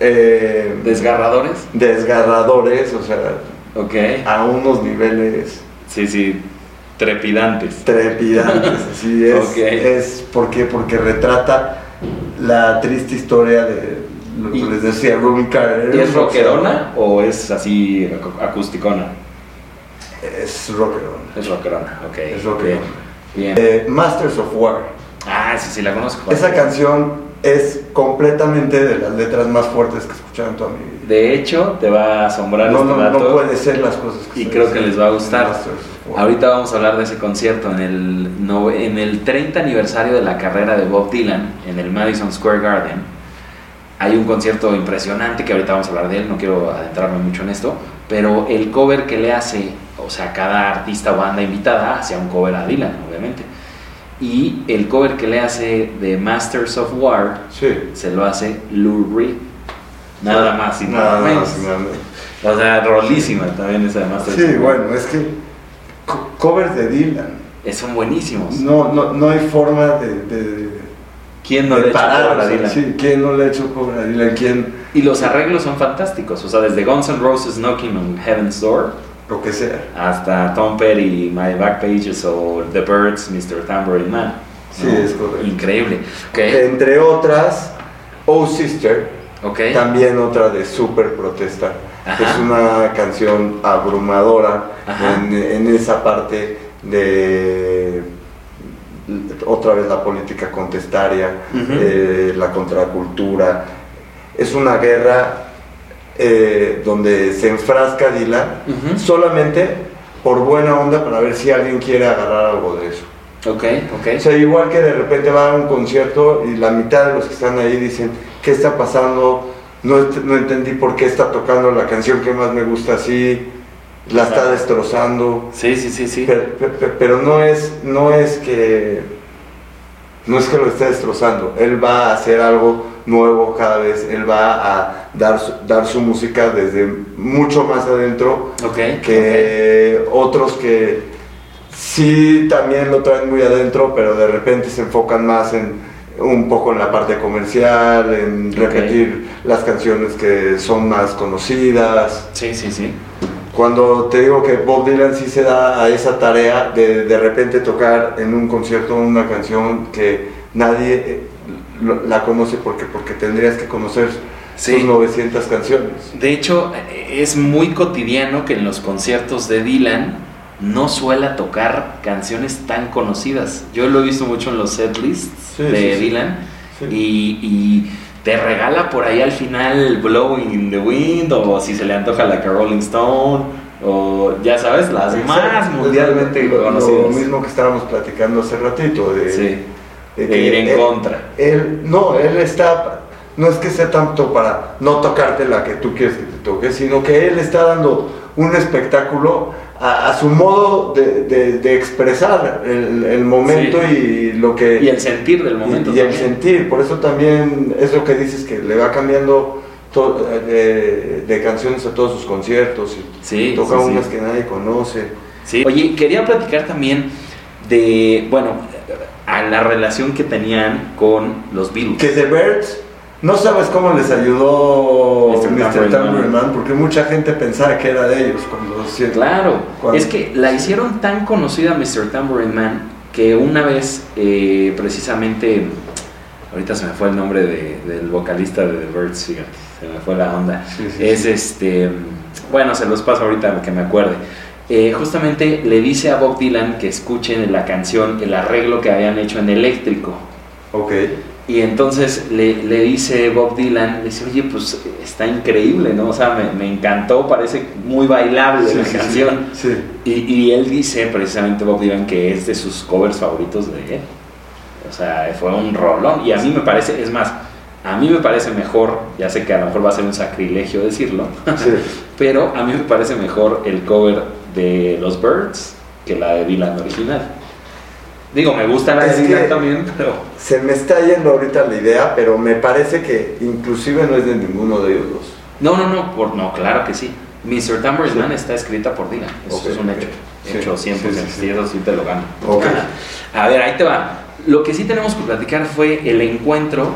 [SPEAKER 2] eh,
[SPEAKER 1] Desgarradores.
[SPEAKER 2] desgarradores, o sea,
[SPEAKER 1] Ok.
[SPEAKER 2] a unos niveles
[SPEAKER 1] Sí, sí. Trepidantes.
[SPEAKER 2] trepidantes. Así es,
[SPEAKER 1] Ok.
[SPEAKER 2] es ¿por qué? porque retrata la triste historia de lo que
[SPEAKER 1] Y-
[SPEAKER 2] les decía Rubin Carter.
[SPEAKER 1] ¿Y es rockerona o es así acu- acusticona?
[SPEAKER 2] Es rockerona.
[SPEAKER 1] Es rockerona, ok.
[SPEAKER 2] Es rockerona.
[SPEAKER 1] Bien. bien.
[SPEAKER 2] Eh, Masters of War.
[SPEAKER 1] Ah, sí, sí, la conozco.
[SPEAKER 2] Esa canción es completamente de las letras más fuertes que he escuchado en toda mi vida.
[SPEAKER 1] De hecho, te va a asombrar
[SPEAKER 2] No,
[SPEAKER 1] este
[SPEAKER 2] no,
[SPEAKER 1] dato.
[SPEAKER 2] no puede ser las cosas que
[SPEAKER 1] Y
[SPEAKER 2] se
[SPEAKER 1] creo
[SPEAKER 2] dicen
[SPEAKER 1] que les va a
[SPEAKER 2] en
[SPEAKER 1] gustar.
[SPEAKER 2] Masters of War.
[SPEAKER 1] Ahorita vamos a hablar de ese concierto en el, no- en el 30 aniversario de la carrera de Bob Dylan en el Madison Square Garden. Hay un concierto impresionante que ahorita vamos a hablar de él, no quiero adentrarme mucho en esto, pero el cover que le hace, o sea, cada artista o banda invitada hacía un cover a Dylan, obviamente. Y el cover que le hace de Masters of War
[SPEAKER 2] Sí.
[SPEAKER 1] se lo hace Lou Reed. Nada más y nada,
[SPEAKER 2] Nada
[SPEAKER 1] menos.
[SPEAKER 2] más y nada menos.
[SPEAKER 1] O sea, rolísima también esa de Masters
[SPEAKER 2] Sí,
[SPEAKER 1] of War.
[SPEAKER 2] bueno, es que co- covers de Dylan.
[SPEAKER 1] Eh, Son buenísimos.
[SPEAKER 2] No, no, no hay forma de, de,
[SPEAKER 1] ¿Quién no
[SPEAKER 2] de
[SPEAKER 1] le echa
[SPEAKER 2] parar,
[SPEAKER 1] cover a
[SPEAKER 2] o sea,
[SPEAKER 1] Dylan?
[SPEAKER 2] sí, ¿Quién no le ha hecho cover a Dylan? ¿Quién?
[SPEAKER 1] Y los arreglos son fantásticos, o sea, desde Guns N' Roses Knocking on Heaven's Door
[SPEAKER 2] Lo que sea.
[SPEAKER 1] hasta Tom Petty, My Back Pages o The Birds, Mr. Tambourine Man.
[SPEAKER 2] Sí, es correcto.
[SPEAKER 1] Increíble. Ok,
[SPEAKER 2] Entre otras, Oh Sister,
[SPEAKER 1] ok.
[SPEAKER 2] también otra de Super Protesta.
[SPEAKER 1] ¿Eh? Ajá.
[SPEAKER 2] Es una canción abrumadora
[SPEAKER 1] Ajá.
[SPEAKER 2] en, en esa parte de otra vez la política contestaria,
[SPEAKER 1] Ujú.
[SPEAKER 2] eh, la contracultura. Es una guerra eh, donde se enfrasca Dylan
[SPEAKER 1] Ujú.
[SPEAKER 2] solamente por buena onda para ver si alguien quiere agarrar algo de eso.
[SPEAKER 1] Ok,
[SPEAKER 2] O
[SPEAKER 1] ok.
[SPEAKER 2] sea, igual que de repente va a un concierto y la mitad de los que están ahí dicen, ¿qué está pasando? No, ent- no entendí por qué está tocando la canción que más me gusta así, la está
[SPEAKER 1] Ajá.
[SPEAKER 2] destrozando.
[SPEAKER 1] Sí, sí, sí, sí.
[SPEAKER 2] Pero, pero- pero no, es, no es que no es que lo esté destrozando, él va a hacer algo nuevo cada vez, él va a dar su, dar su música desde mucho más adentro
[SPEAKER 1] Ok.
[SPEAKER 2] que otros que sí también lo traen muy adentro, pero de repente se enfocan más en un poco en la parte comercial, en
[SPEAKER 1] Ok.
[SPEAKER 2] repetir las canciones que son más conocidas.
[SPEAKER 1] ok. Sí, sí, sí.
[SPEAKER 2] Cuando te digo que Bob Dylan sí se da a esa tarea de de repente tocar en un concierto una canción que nadie eh, lo- la conoce porque, porque tendrías que conocer
[SPEAKER 1] Sí.
[SPEAKER 2] sus 900 canciones.
[SPEAKER 1] De hecho, es muy cotidiano que en los conciertos de Dylan no suela tocar canciones tan conocidas. Yo lo he visto mucho en los setlists
[SPEAKER 2] Sí,
[SPEAKER 1] de
[SPEAKER 2] sí, sí.
[SPEAKER 1] Dylan
[SPEAKER 2] Sí.
[SPEAKER 1] y, y te regala por ahí al final Blowing in the Wind o si se le antoja la que Rolling Stone o ya sabes, las más
[SPEAKER 2] Exacto.
[SPEAKER 1] mundialmente
[SPEAKER 2] Es lo- Lo
[SPEAKER 1] conocidas.
[SPEAKER 2] mismo que estábamos platicando hace ratito de,
[SPEAKER 1] Sí,
[SPEAKER 2] de
[SPEAKER 1] de ir en
[SPEAKER 2] él-
[SPEAKER 1] contra.
[SPEAKER 2] Él, no, él está, no es que sea tanto para no tocarte la que tú quieres que te toque, sino que él está dando un espectáculo a, a su modo de, de- de expresar el, el momento y lo que...
[SPEAKER 1] Y el sentir del momento.
[SPEAKER 2] y- y el
[SPEAKER 1] también.
[SPEAKER 2] sentir, por eso también es lo que dices que le va cambiando to- eh, de, de canciones a todos sus conciertos y
[SPEAKER 1] Sí,
[SPEAKER 2] toca
[SPEAKER 1] sí, sí.
[SPEAKER 2] unas que nadie conoce.
[SPEAKER 1] Sí. Oye, quería platicar también de, bueno, a la relación que tenían con los Beatles.
[SPEAKER 2] Que The Birds, no sabes cómo les ayudó
[SPEAKER 1] Mr.
[SPEAKER 2] Mr.
[SPEAKER 1] Tambourine
[SPEAKER 2] Tambourine
[SPEAKER 1] Man.
[SPEAKER 2] Man, porque mucha gente pensaba que era de ellos cuando sí-
[SPEAKER 1] Claro,
[SPEAKER 2] ¿Cuál?
[SPEAKER 1] es que la hicieron tan conocida Mr. Tambourine Man que una vez, eh, precisamente, ahorita se me fue el nombre de- del vocalista de The Birds, fíjate, se me fue la onda.
[SPEAKER 2] Sí, sí,
[SPEAKER 1] Es
[SPEAKER 2] sí.
[SPEAKER 1] este, bueno, se los paso ahorita que me acuerde. Eh, justamente le dice a Bob Dylan que escuchen la canción, el arreglo que habían hecho en eléctrico.
[SPEAKER 2] Ok.
[SPEAKER 1] Y entonces le, le dice Bob Dylan, le dice, oye, pues está increíble, ¿no? O sea, me, me encantó, parece muy bailable
[SPEAKER 2] Sí,
[SPEAKER 1] la
[SPEAKER 2] sí, sí.
[SPEAKER 1] canción.
[SPEAKER 2] Sí.
[SPEAKER 1] Y, y él dice precisamente Bob Dylan que es de sus covers favoritos de él. O sea, fue un rolón. Y a mí me parece, es más, a mí me parece mejor, ya sé que a lo mejor va a ser un sacrilegio decirlo,
[SPEAKER 2] sí.
[SPEAKER 1] pero a mí me parece mejor el cover de Los Birds que la de Dylan original. Digo, me gusta la
[SPEAKER 2] Es
[SPEAKER 1] de Dylan
[SPEAKER 2] que-
[SPEAKER 1] también, pero...
[SPEAKER 2] Se me está yendo ahorita la idea, pero me parece que inclusive no es de ninguno de ellos dos.
[SPEAKER 1] No, no, no, por, no, claro que sí. Mr. Tambourine Man está escrita por Dylan. Eso
[SPEAKER 2] Ok,
[SPEAKER 1] es un
[SPEAKER 2] ok.
[SPEAKER 1] hecho.
[SPEAKER 2] Sí,
[SPEAKER 1] Hecho 100%.
[SPEAKER 2] sí, sí, sí.
[SPEAKER 1] y eso sí te lo gano.
[SPEAKER 2] Ok.
[SPEAKER 1] A ver, ahí te va. Lo que sí tenemos que platicar fue el encuentro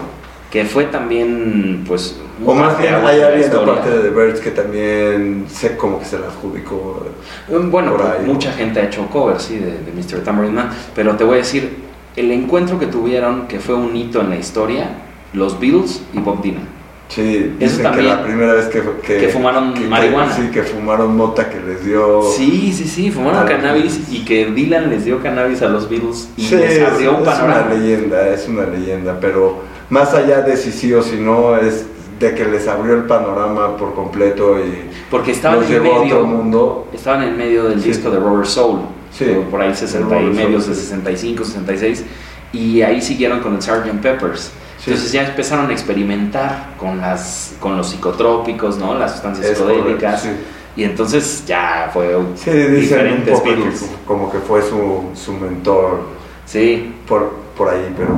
[SPEAKER 1] que fue también, pues.
[SPEAKER 2] O más bien hay
[SPEAKER 1] de la
[SPEAKER 2] alguien
[SPEAKER 1] historia.
[SPEAKER 2] aparte de The Birds que también sé como que se la adjudicó.
[SPEAKER 1] Bueno,
[SPEAKER 2] por
[SPEAKER 1] pues,
[SPEAKER 2] ahí.
[SPEAKER 1] mucha gente ha hecho covers, sí, de, de Mr. Tambourine Man. Pero te voy a decir, el encuentro que tuvieron, que fue un hito en la historia, los Beatles y Bob Dylan.
[SPEAKER 2] Sí,
[SPEAKER 1] Eso
[SPEAKER 2] dicen que
[SPEAKER 1] también.
[SPEAKER 2] la primera vez Eh, que,
[SPEAKER 1] Que fumaron marihuana.
[SPEAKER 2] sí, que fumaron mota que les dio.
[SPEAKER 1] Sí, sí, sí,
[SPEAKER 2] A
[SPEAKER 1] fumaron
[SPEAKER 2] los
[SPEAKER 1] cannabis
[SPEAKER 2] Beatles.
[SPEAKER 1] y que Dylan les dio cannabis a los Beatles y
[SPEAKER 2] Sí,
[SPEAKER 1] les
[SPEAKER 2] es,
[SPEAKER 1] abrió un
[SPEAKER 2] es
[SPEAKER 1] panorama.
[SPEAKER 2] una leyenda, es una leyenda, pero más allá de si sí o si no, es de que les abrió el panorama por completo y
[SPEAKER 1] Porque estaban
[SPEAKER 2] los
[SPEAKER 1] en
[SPEAKER 2] llevó a otro
[SPEAKER 1] medio,
[SPEAKER 2] mundo.
[SPEAKER 1] estaban en medio del
[SPEAKER 2] Sí.
[SPEAKER 1] disco de Robert Soul,
[SPEAKER 2] Sí.
[SPEAKER 1] que por ahí 60 y
[SPEAKER 2] Rubber Soul,
[SPEAKER 1] medios de
[SPEAKER 2] sí.
[SPEAKER 1] 65, 66 y ahí siguieron con el Sgt. Peppers.
[SPEAKER 2] Sí.
[SPEAKER 1] Entonces ya empezaron a experimentar con las con los psicotrópicos, ¿no? Las sustancias
[SPEAKER 2] Es correcto,
[SPEAKER 1] psicodélicas
[SPEAKER 2] sí.
[SPEAKER 1] y entonces ya fue un-
[SPEAKER 2] Sí, dicen un
[SPEAKER 1] diferentes
[SPEAKER 2] poco que
[SPEAKER 1] Beatles.
[SPEAKER 2] co- como que fue su, su mentor
[SPEAKER 1] Sí.
[SPEAKER 2] por, por ahí, pero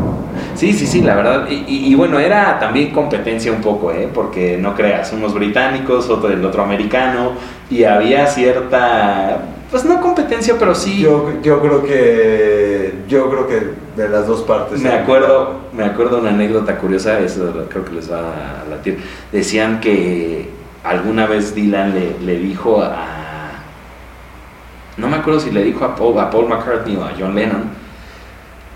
[SPEAKER 1] Sí, sí, sí, la verdad. Y, y- y bueno, era también competencia un poco, ¿eh? Porque no creas, unos británicos, otro el otro americano, y había cierta, pues no competencia, pero sí.
[SPEAKER 2] yo, yo creo que yo creo que de las dos partes.
[SPEAKER 1] me acuerdo, me acuerdo una anécdota curiosa, eso lo- creo que les va a latir. Decían que alguna vez Dylan le, le dijo a. No me acuerdo si le dijo a Paul, a Paul McCartney o a John Lennon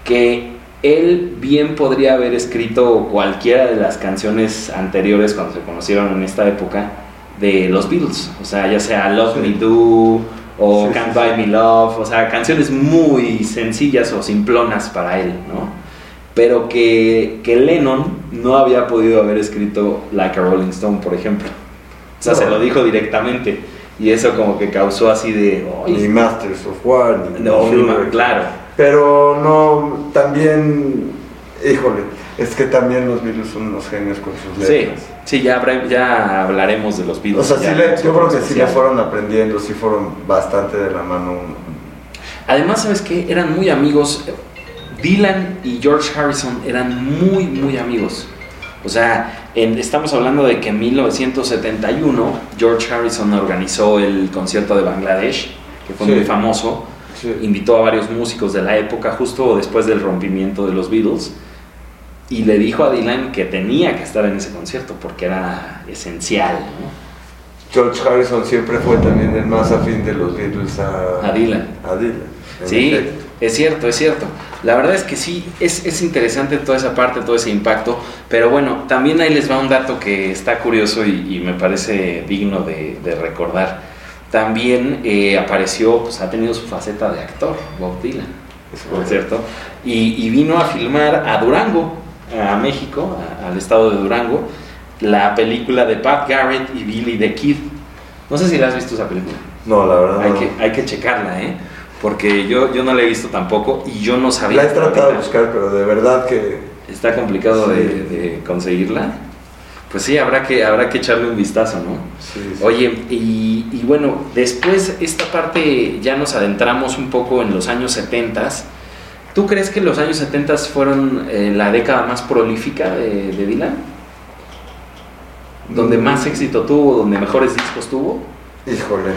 [SPEAKER 1] que él bien podría haber escrito cualquiera de las canciones anteriores cuando se conocieron en esta época de los Beatles. O sea, ya sea Love
[SPEAKER 2] Sí.
[SPEAKER 1] Me Do o
[SPEAKER 2] Sí, sí,
[SPEAKER 1] Can't
[SPEAKER 2] sí.
[SPEAKER 1] Buy Me Love, o sea, canciones muy sencillas o simplonas para él, ¿no? Pero que, que Lennon no había podido haber escrito Like a Rolling Stone, por ejemplo. O sea,
[SPEAKER 2] No.
[SPEAKER 1] se lo dijo directamente. Y eso como que causó así de...
[SPEAKER 2] Ni
[SPEAKER 1] "Ay,
[SPEAKER 2] Masters of War, ni
[SPEAKER 1] no, ni
[SPEAKER 2] Fury.
[SPEAKER 1] ma-". claro.
[SPEAKER 2] Pero no, también, híjole, es que también los virus son unos genios con sus
[SPEAKER 1] Sí,
[SPEAKER 2] letras.
[SPEAKER 1] sí, ya, habrá- ya hablaremos de los
[SPEAKER 2] O
[SPEAKER 1] Beatles.
[SPEAKER 2] sea,
[SPEAKER 1] ya
[SPEAKER 2] sí le- yo creo que sí le
[SPEAKER 1] especial.
[SPEAKER 2] fueron aprendiendo, sí fueron bastante de la mano.
[SPEAKER 1] Además, ¿sabes qué? Eran muy amigos. Dylan y George Harrison eran muy, muy amigos. O sea, en- estamos hablando de que en 1971 George Harrison organizó el concierto de Bangladesh, que fue
[SPEAKER 2] Sí.
[SPEAKER 1] muy famoso. Invitó a varios músicos de la época justo después del rompimiento de los Beatles y le dijo a Dylan que tenía que estar en ese concierto porque era esencial. ¿no?
[SPEAKER 2] George Harrison siempre fue también el más afín de los Beatles a,
[SPEAKER 1] A Dylan.
[SPEAKER 2] a Dylan, en
[SPEAKER 1] Sí,
[SPEAKER 2] efecto.
[SPEAKER 1] es cierto, es cierto. La verdad es que sí, es, es interesante toda esa parte, todo ese impacto, pero bueno, también ahí les va un dato que está curioso y, y me parece digno de, de recordar. También eh, apareció, pues ha tenido su faceta de actor, Bob Dylan, por cierto, y, y vino a filmar a Durango, a México, a- al estado de Durango, la película de Pat Garrett y Billy the Kid. No sé si la has visto esa película.
[SPEAKER 2] No, la verdad.
[SPEAKER 1] Hay
[SPEAKER 2] no.
[SPEAKER 1] que, hay que checarla, ¿eh? Porque yo, yo no la he visto tampoco y yo no sabía.
[SPEAKER 2] La he tratado de buscar, pero de verdad que
[SPEAKER 1] Está complicado de,
[SPEAKER 2] Sí.
[SPEAKER 1] de conseguirla. Pues sí, habrá que, habrá que echarle un vistazo, ¿no?
[SPEAKER 2] sí, sí.
[SPEAKER 1] Oye, y, y bueno, después esta parte ya nos adentramos un poco en los años 70. ¿Tú crees que los años 70 fueron eh, la década más prolífica de, de Dylan? ¿Donde
[SPEAKER 2] Mm.
[SPEAKER 1] más éxito tuvo, donde mejores discos tuvo?
[SPEAKER 2] híjole.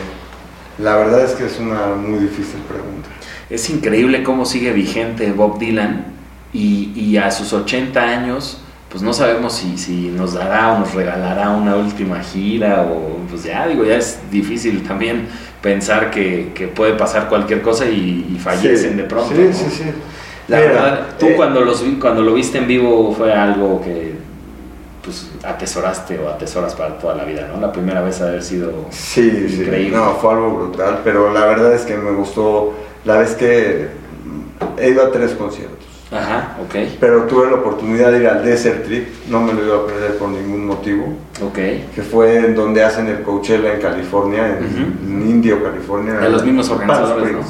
[SPEAKER 2] La verdad es que es una muy difícil pregunta.
[SPEAKER 1] Es increíble cómo sigue vigente Bob Dylan y, y a sus 80 años, pues no sabemos si, si nos dará o nos regalará una última gira o pues ya digo, ya es difícil también pensar que, que puede pasar cualquier cosa y, y fallecen
[SPEAKER 2] Sí,
[SPEAKER 1] de pronto.
[SPEAKER 2] Sí,
[SPEAKER 1] ¿no?
[SPEAKER 2] sí, sí.
[SPEAKER 1] La
[SPEAKER 2] Mira,
[SPEAKER 1] verdad, tú
[SPEAKER 2] eh,
[SPEAKER 1] cuando, los vi- cuando lo viste en vivo fue algo que pues atesoraste o atesoras para toda la vida, ¿no? La primera vez haber sido...
[SPEAKER 2] Sí, sí.
[SPEAKER 1] Increíble.
[SPEAKER 2] No, fue algo brutal, pero la verdad es que me gustó. La vez que mm, he ido a tres conciertos,
[SPEAKER 1] Ajá, ok,
[SPEAKER 2] pero tuve la oportunidad de ir al Desert Trip, no me lo iba a perder por ningún motivo,
[SPEAKER 1] ok.
[SPEAKER 2] que fue en donde hacen el Coachella en California, en,
[SPEAKER 1] Ujú.
[SPEAKER 2] en Indio, California.
[SPEAKER 1] De los mismos
[SPEAKER 2] en
[SPEAKER 1] organizadores,
[SPEAKER 2] Palm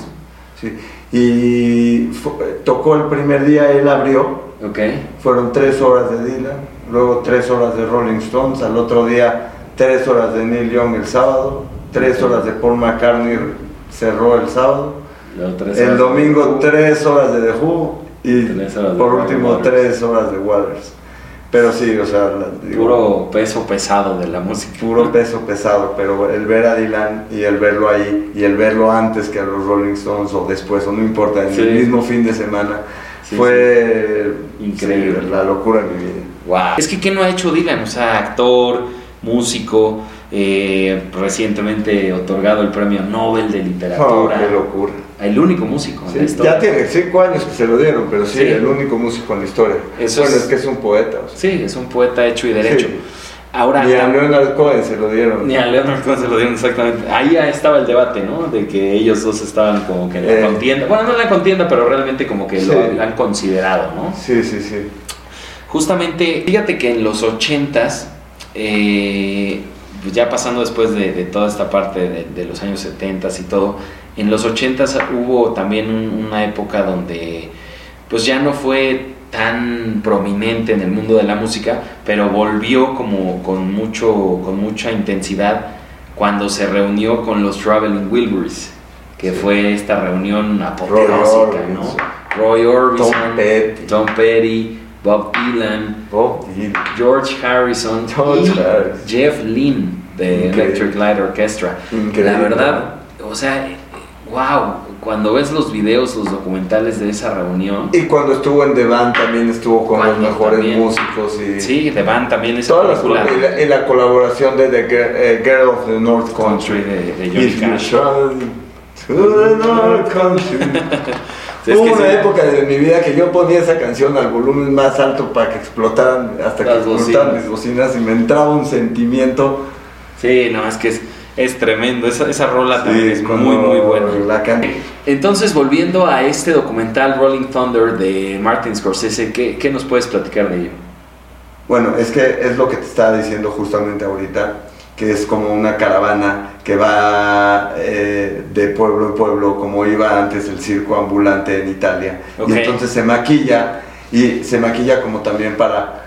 [SPEAKER 2] Springs. Sí. Y fu- eh, tocó el primer día, él abrió,
[SPEAKER 1] Ok,
[SPEAKER 2] fueron tres horas de Dylan, luego tres horas de Rolling Stones, al otro día tres horas de Neil Young el sábado, tres horas de Paul McCartney cerró el sábado,
[SPEAKER 1] Luego tres
[SPEAKER 2] el
[SPEAKER 1] horas.
[SPEAKER 2] domingo tres horas de The Who y
[SPEAKER 1] Tres horas de
[SPEAKER 2] por
[SPEAKER 1] Roger
[SPEAKER 2] último
[SPEAKER 1] Waters.
[SPEAKER 2] tres horas de Waters. Pero sí, o sea, la- digo,
[SPEAKER 1] Puro peso pesado de la música.
[SPEAKER 2] puro peso pesado, pero el ver a Dylan y el verlo ahí y el verlo antes que a los Rolling Stones o después, o no importa, en
[SPEAKER 1] Sí.
[SPEAKER 2] el mismo fin de semana,
[SPEAKER 1] Sí,
[SPEAKER 2] fue
[SPEAKER 1] sí. Increíble.
[SPEAKER 2] sí, la locura de mi vida.
[SPEAKER 1] Guau. Es que ¿qué no ha hecho Dylan? O sea, actor, músico, eh, recientemente otorgado el premio Nobel de
[SPEAKER 2] Oh,
[SPEAKER 1] Literatura.
[SPEAKER 2] qué locura.
[SPEAKER 1] el único músico en
[SPEAKER 2] Sí,
[SPEAKER 1] la historia.
[SPEAKER 2] ya tiene cinco años que se lo dieron, pero sí,
[SPEAKER 1] Sí.
[SPEAKER 2] el único músico en la historia.
[SPEAKER 1] Eso
[SPEAKER 2] bueno,
[SPEAKER 1] es-
[SPEAKER 2] es... que es un poeta. o sea.
[SPEAKER 1] Sí, es un poeta hecho y derecho.
[SPEAKER 2] Sí.
[SPEAKER 1] Ahora,
[SPEAKER 2] Ni a
[SPEAKER 1] tam-
[SPEAKER 2] Leonard Cohen se lo dieron.
[SPEAKER 1] ni a Leonard Cohen se lo dieron exactamente. Ahí ya estaba el debate, ¿no? De que ellos dos estaban como que en la
[SPEAKER 2] Eh.
[SPEAKER 1] contienda. Bueno, no en la contienda, pero realmente como que
[SPEAKER 2] Sí.
[SPEAKER 1] lo han considerado, ¿no?
[SPEAKER 2] Sí, sí, sí.
[SPEAKER 1] Justamente, fíjate que en los 80s, eh, pues ya pasando después de, de toda esta parte de, de los años 70s y todo, en los 80s hubo también un- una época donde pues ya no fue tan prominente en el mundo de la música, pero volvió como con, mucho, con mucha intensidad cuando se reunió con los Traveling Wilburys, que fue esta reunión apoteósica,
[SPEAKER 2] Orbison.
[SPEAKER 1] ¿no? Roy Orbison,
[SPEAKER 2] Tom Petty.
[SPEAKER 1] Tom Petty, Bob Dylan,
[SPEAKER 2] Bob Dylan.
[SPEAKER 1] George Harrison
[SPEAKER 2] George
[SPEAKER 1] y
[SPEAKER 2] Harrison.
[SPEAKER 1] Jeff Lynn de
[SPEAKER 2] Increíble.
[SPEAKER 1] Electric Light Orchestra.
[SPEAKER 2] Increíble.
[SPEAKER 1] La verdad, o sea, wow, cuando ves los videos, los documentales de esa reunión,
[SPEAKER 2] Y cuando estuvo en The Band también estuvo con los
[SPEAKER 1] Cuando
[SPEAKER 2] mejores
[SPEAKER 1] también.
[SPEAKER 2] músicos y
[SPEAKER 1] sí, The Band también esa
[SPEAKER 2] todas las eh.
[SPEAKER 1] película
[SPEAKER 2] y la, y la colaboración de The Girl, eh, Girl of the North
[SPEAKER 1] Country
[SPEAKER 2] Country.
[SPEAKER 1] de, de Johnny
[SPEAKER 2] If you
[SPEAKER 1] Cash.
[SPEAKER 2] shall to the North Country.
[SPEAKER 1] Es
[SPEAKER 2] Hubo
[SPEAKER 1] que
[SPEAKER 2] una
[SPEAKER 1] sí,
[SPEAKER 2] época de mi vida que yo ponía esa canción al volumen más alto para que explotaran, hasta que
[SPEAKER 1] Las
[SPEAKER 2] explotaran
[SPEAKER 1] bocinas.
[SPEAKER 2] mis bocinas y me entraba un sentimiento.
[SPEAKER 1] Sí, no, es que es, es tremendo, esa, esa rola también
[SPEAKER 2] Sí,
[SPEAKER 1] Ah, es
[SPEAKER 2] eh, cuando
[SPEAKER 1] muy, muy buena.
[SPEAKER 2] La can-
[SPEAKER 1] Entonces, volviendo a este documental Rolling Thunder de Martin Scorsese, ¿qué, qué nos puedes platicar de ello?
[SPEAKER 2] Bueno, es que es lo que te estaba diciendo justamente ahorita, que es como una caravana que va eh, de pueblo en pueblo, como iba antes el circo ambulante en Italia.
[SPEAKER 1] Ok.
[SPEAKER 2] Y entonces se maquilla, y se maquilla como también para,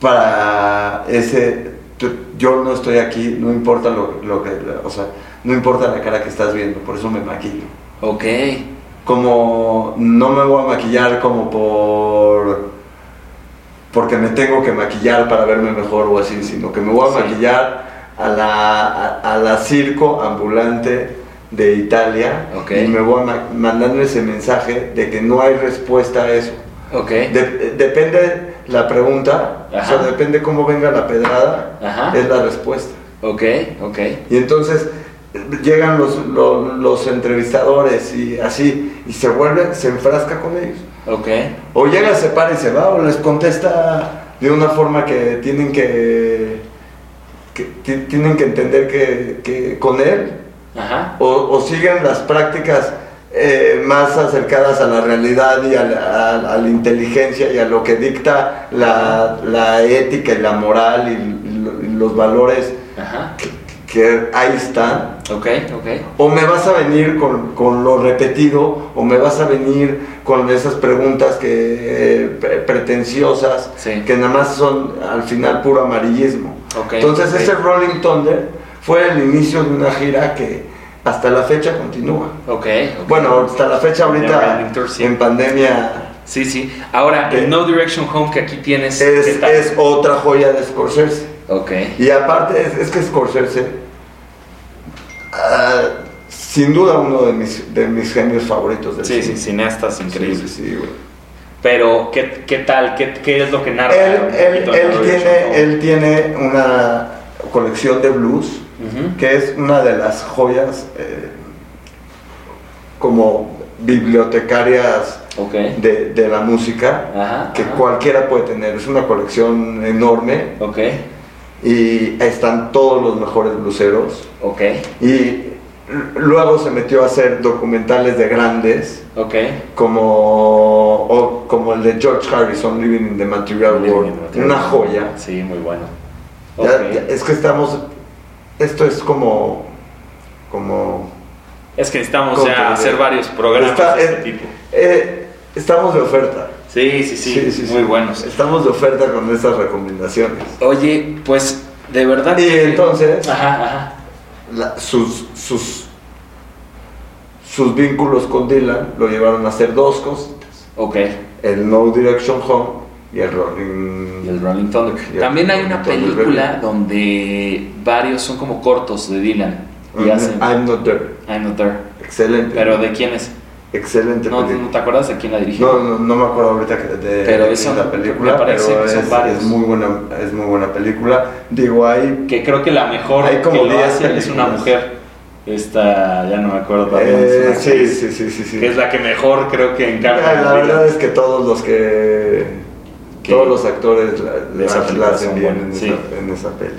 [SPEAKER 2] para ese, tú- yo no estoy aquí, no importa lo, lo que, o sea, no importa la cara que estás viendo, por eso me maquillo.
[SPEAKER 1] Ok,
[SPEAKER 2] Como no me voy a maquillar como por porque me tengo que maquillar para verme mejor o así, sino que me voy a
[SPEAKER 1] Sí.
[SPEAKER 2] maquillar a la, a, a la circo ambulante de Italia
[SPEAKER 1] Ok.
[SPEAKER 2] y me voy a ma- mandando ese mensaje de que no hay respuesta a eso.
[SPEAKER 1] ok.
[SPEAKER 2] De- depende la pregunta, o sea,
[SPEAKER 1] Eh. Ajá. Ah.
[SPEAKER 2] depende cómo venga la pedrada,
[SPEAKER 1] Ajá.
[SPEAKER 2] es la respuesta.
[SPEAKER 1] Ok, ok.
[SPEAKER 2] Y entonces llegan los, los, los entrevistadores y así, y se vuelve, se enfrasca con ellos.
[SPEAKER 1] Ok.
[SPEAKER 2] O llega, se para y se va, o les contesta de una forma que tienen que, que ti- tienen que entender que, que con él,
[SPEAKER 1] Ajá.
[SPEAKER 2] o, o siguen las prácticas eh, más acercadas a la realidad y a la, a- a la inteligencia y a lo que dicta la, la ética y la moral y, lo- y los valores
[SPEAKER 1] Ajá.
[SPEAKER 2] que, que ahí están.
[SPEAKER 1] Ok, ok.
[SPEAKER 2] O me vas a venir con, con lo repetido, o me vas a venir con esas preguntas que eh, pre- pretenciosas,
[SPEAKER 1] Sí.
[SPEAKER 2] que nada más son al final puro amarillismo.
[SPEAKER 1] Ok,
[SPEAKER 2] Entonces este
[SPEAKER 1] ok.
[SPEAKER 2] ese Rolling Thunder fue el inicio de una gira que hasta la fecha continúa.
[SPEAKER 1] Ok. ok.
[SPEAKER 2] Bueno, hasta la fecha
[SPEAKER 1] The
[SPEAKER 2] ahorita
[SPEAKER 1] Rolling Tour, sí.
[SPEAKER 2] en pandemia
[SPEAKER 1] Sí, sí. Ahora, el
[SPEAKER 2] Eh,
[SPEAKER 1] No Direction Home que aquí tienes.
[SPEAKER 2] es,
[SPEAKER 1] ¿qué tal?
[SPEAKER 2] es otra joya de Scorsese.
[SPEAKER 1] Ok.
[SPEAKER 2] Y aparte es, es que Scorsese, ah, sin duda uno de mis, de mis genios favoritos del
[SPEAKER 1] Sí, sí,
[SPEAKER 2] cine.
[SPEAKER 1] cineastas
[SPEAKER 2] Sí,
[SPEAKER 1] increíbles.
[SPEAKER 2] sí, sí, güey.
[SPEAKER 1] Pero, ¿qué, qué tal? ¿Qué, ¿Qué es lo que narra?
[SPEAKER 2] Él, él-
[SPEAKER 1] un poquito el
[SPEAKER 2] él
[SPEAKER 1] No Direction
[SPEAKER 2] tiene,
[SPEAKER 1] Home?
[SPEAKER 2] él tiene una colección de blues
[SPEAKER 1] Ujú.
[SPEAKER 2] que es una de las joyas eh, como bibliotecarias
[SPEAKER 1] Ok.
[SPEAKER 2] de, de la música
[SPEAKER 1] Ajá.
[SPEAKER 2] que
[SPEAKER 1] ajá.
[SPEAKER 2] cualquiera puede tener. Es una colección enorme
[SPEAKER 1] Ok,
[SPEAKER 2] y ahí están todos los mejores bluseros.
[SPEAKER 1] ok,
[SPEAKER 2] Y luego se metió a hacer documentales de grandes,
[SPEAKER 1] ok.
[SPEAKER 2] como, o como el de George Harrison, Living in the Material World, una joya.
[SPEAKER 1] Sí, muy bueno.
[SPEAKER 2] Ya-
[SPEAKER 1] Ok.
[SPEAKER 2] ya- es que estamos, esto es como, como,
[SPEAKER 1] Es que necesitamos
[SPEAKER 2] Como
[SPEAKER 1] ya
[SPEAKER 2] que-
[SPEAKER 1] hacer varios programas
[SPEAKER 2] está-
[SPEAKER 1] de este
[SPEAKER 2] eh,
[SPEAKER 1] tipo.
[SPEAKER 2] eh, estamos de oferta.
[SPEAKER 1] Sí, sí, sí, muy buenos.
[SPEAKER 2] Estamos de oferta con estas recomendaciones.
[SPEAKER 1] Oye, pues de verdad.
[SPEAKER 2] Y
[SPEAKER 1] que-
[SPEAKER 2] entonces,
[SPEAKER 1] Ajá, ajá.
[SPEAKER 2] la- sus, sus, sus vínculos con Dylan lo llevaron a hacer dos cosas.
[SPEAKER 1] Ok.
[SPEAKER 2] el No Direction Home y el Rolling.
[SPEAKER 1] Y el Rolling Thunder.
[SPEAKER 2] Y el
[SPEAKER 1] También hay
[SPEAKER 2] Rolling
[SPEAKER 1] una
[SPEAKER 2] Thunder,
[SPEAKER 1] película donde varios son como cortos de Dylan. Y
[SPEAKER 2] Ujú,
[SPEAKER 1] hacen.
[SPEAKER 2] Mm, I'm Not There.
[SPEAKER 1] I'm not there.
[SPEAKER 2] Excelente.
[SPEAKER 1] Pero de quién es?
[SPEAKER 2] excelente
[SPEAKER 1] No,
[SPEAKER 2] película.
[SPEAKER 1] ¿No te acuerdas de quién la dirigió?
[SPEAKER 2] No, no, no me acuerdo ahorita que- de,
[SPEAKER 1] Pero
[SPEAKER 2] de
[SPEAKER 1] eso
[SPEAKER 2] la película,
[SPEAKER 1] me parece
[SPEAKER 2] pero
[SPEAKER 1] que
[SPEAKER 2] es,
[SPEAKER 1] son varios.
[SPEAKER 2] es muy buena, es muy buena película. Digo, hay
[SPEAKER 1] que creo que la mejor
[SPEAKER 2] Hay como
[SPEAKER 1] que lo
[SPEAKER 2] 10
[SPEAKER 1] hace es una
[SPEAKER 2] películas.
[SPEAKER 1] mujer. Esta, ya no me acuerdo también. es
[SPEAKER 2] eh,
[SPEAKER 1] una
[SPEAKER 2] sí,
[SPEAKER 1] actriz,
[SPEAKER 2] sí, sí, sí, sí.
[SPEAKER 1] Que es la que mejor creo que encarna.
[SPEAKER 2] Ah, la
[SPEAKER 1] a Dylan.
[SPEAKER 2] verdad es que todos los que
[SPEAKER 1] Que-
[SPEAKER 2] todos los actores la,
[SPEAKER 1] de esa
[SPEAKER 2] la- la
[SPEAKER 1] película
[SPEAKER 2] hacen
[SPEAKER 1] son
[SPEAKER 2] bien en,
[SPEAKER 1] buenos, sí.
[SPEAKER 2] esa, en esa peli.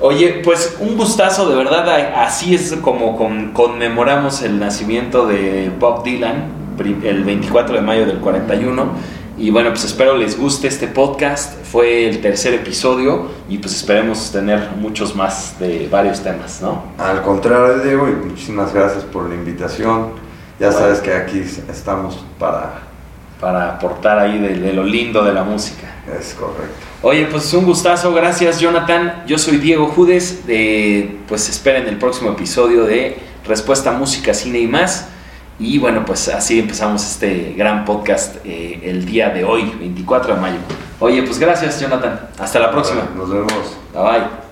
[SPEAKER 1] Oye, pues un gustazo, de verdad. a- Así es como con- conmemoramos el nacimiento de Bob Dylan, pri- el 24 de mayo del 41. Y bueno, pues espero les guste este podcast. Fue el tercer episodio y pues esperemos tener muchos más de varios temas, ¿no?
[SPEAKER 2] Al contrario, Diego, y muchísimas gracias por la invitación. Ya sabes que aquí estamos para
[SPEAKER 1] Para aportar ahí de- de lo lindo de la música.
[SPEAKER 2] Es correcto.
[SPEAKER 1] Oye, pues un gustazo, gracias Jonathan. Yo soy Diego Judes, de, pues esperen el próximo episodio de Respuesta Música, Cine y más. Y bueno, pues así empezamos este gran podcast eh, el día de hoy, 24 de mayo. Oye, pues gracias Jonathan. Hasta la próxima.
[SPEAKER 2] Nos vemos.
[SPEAKER 1] Bye bye.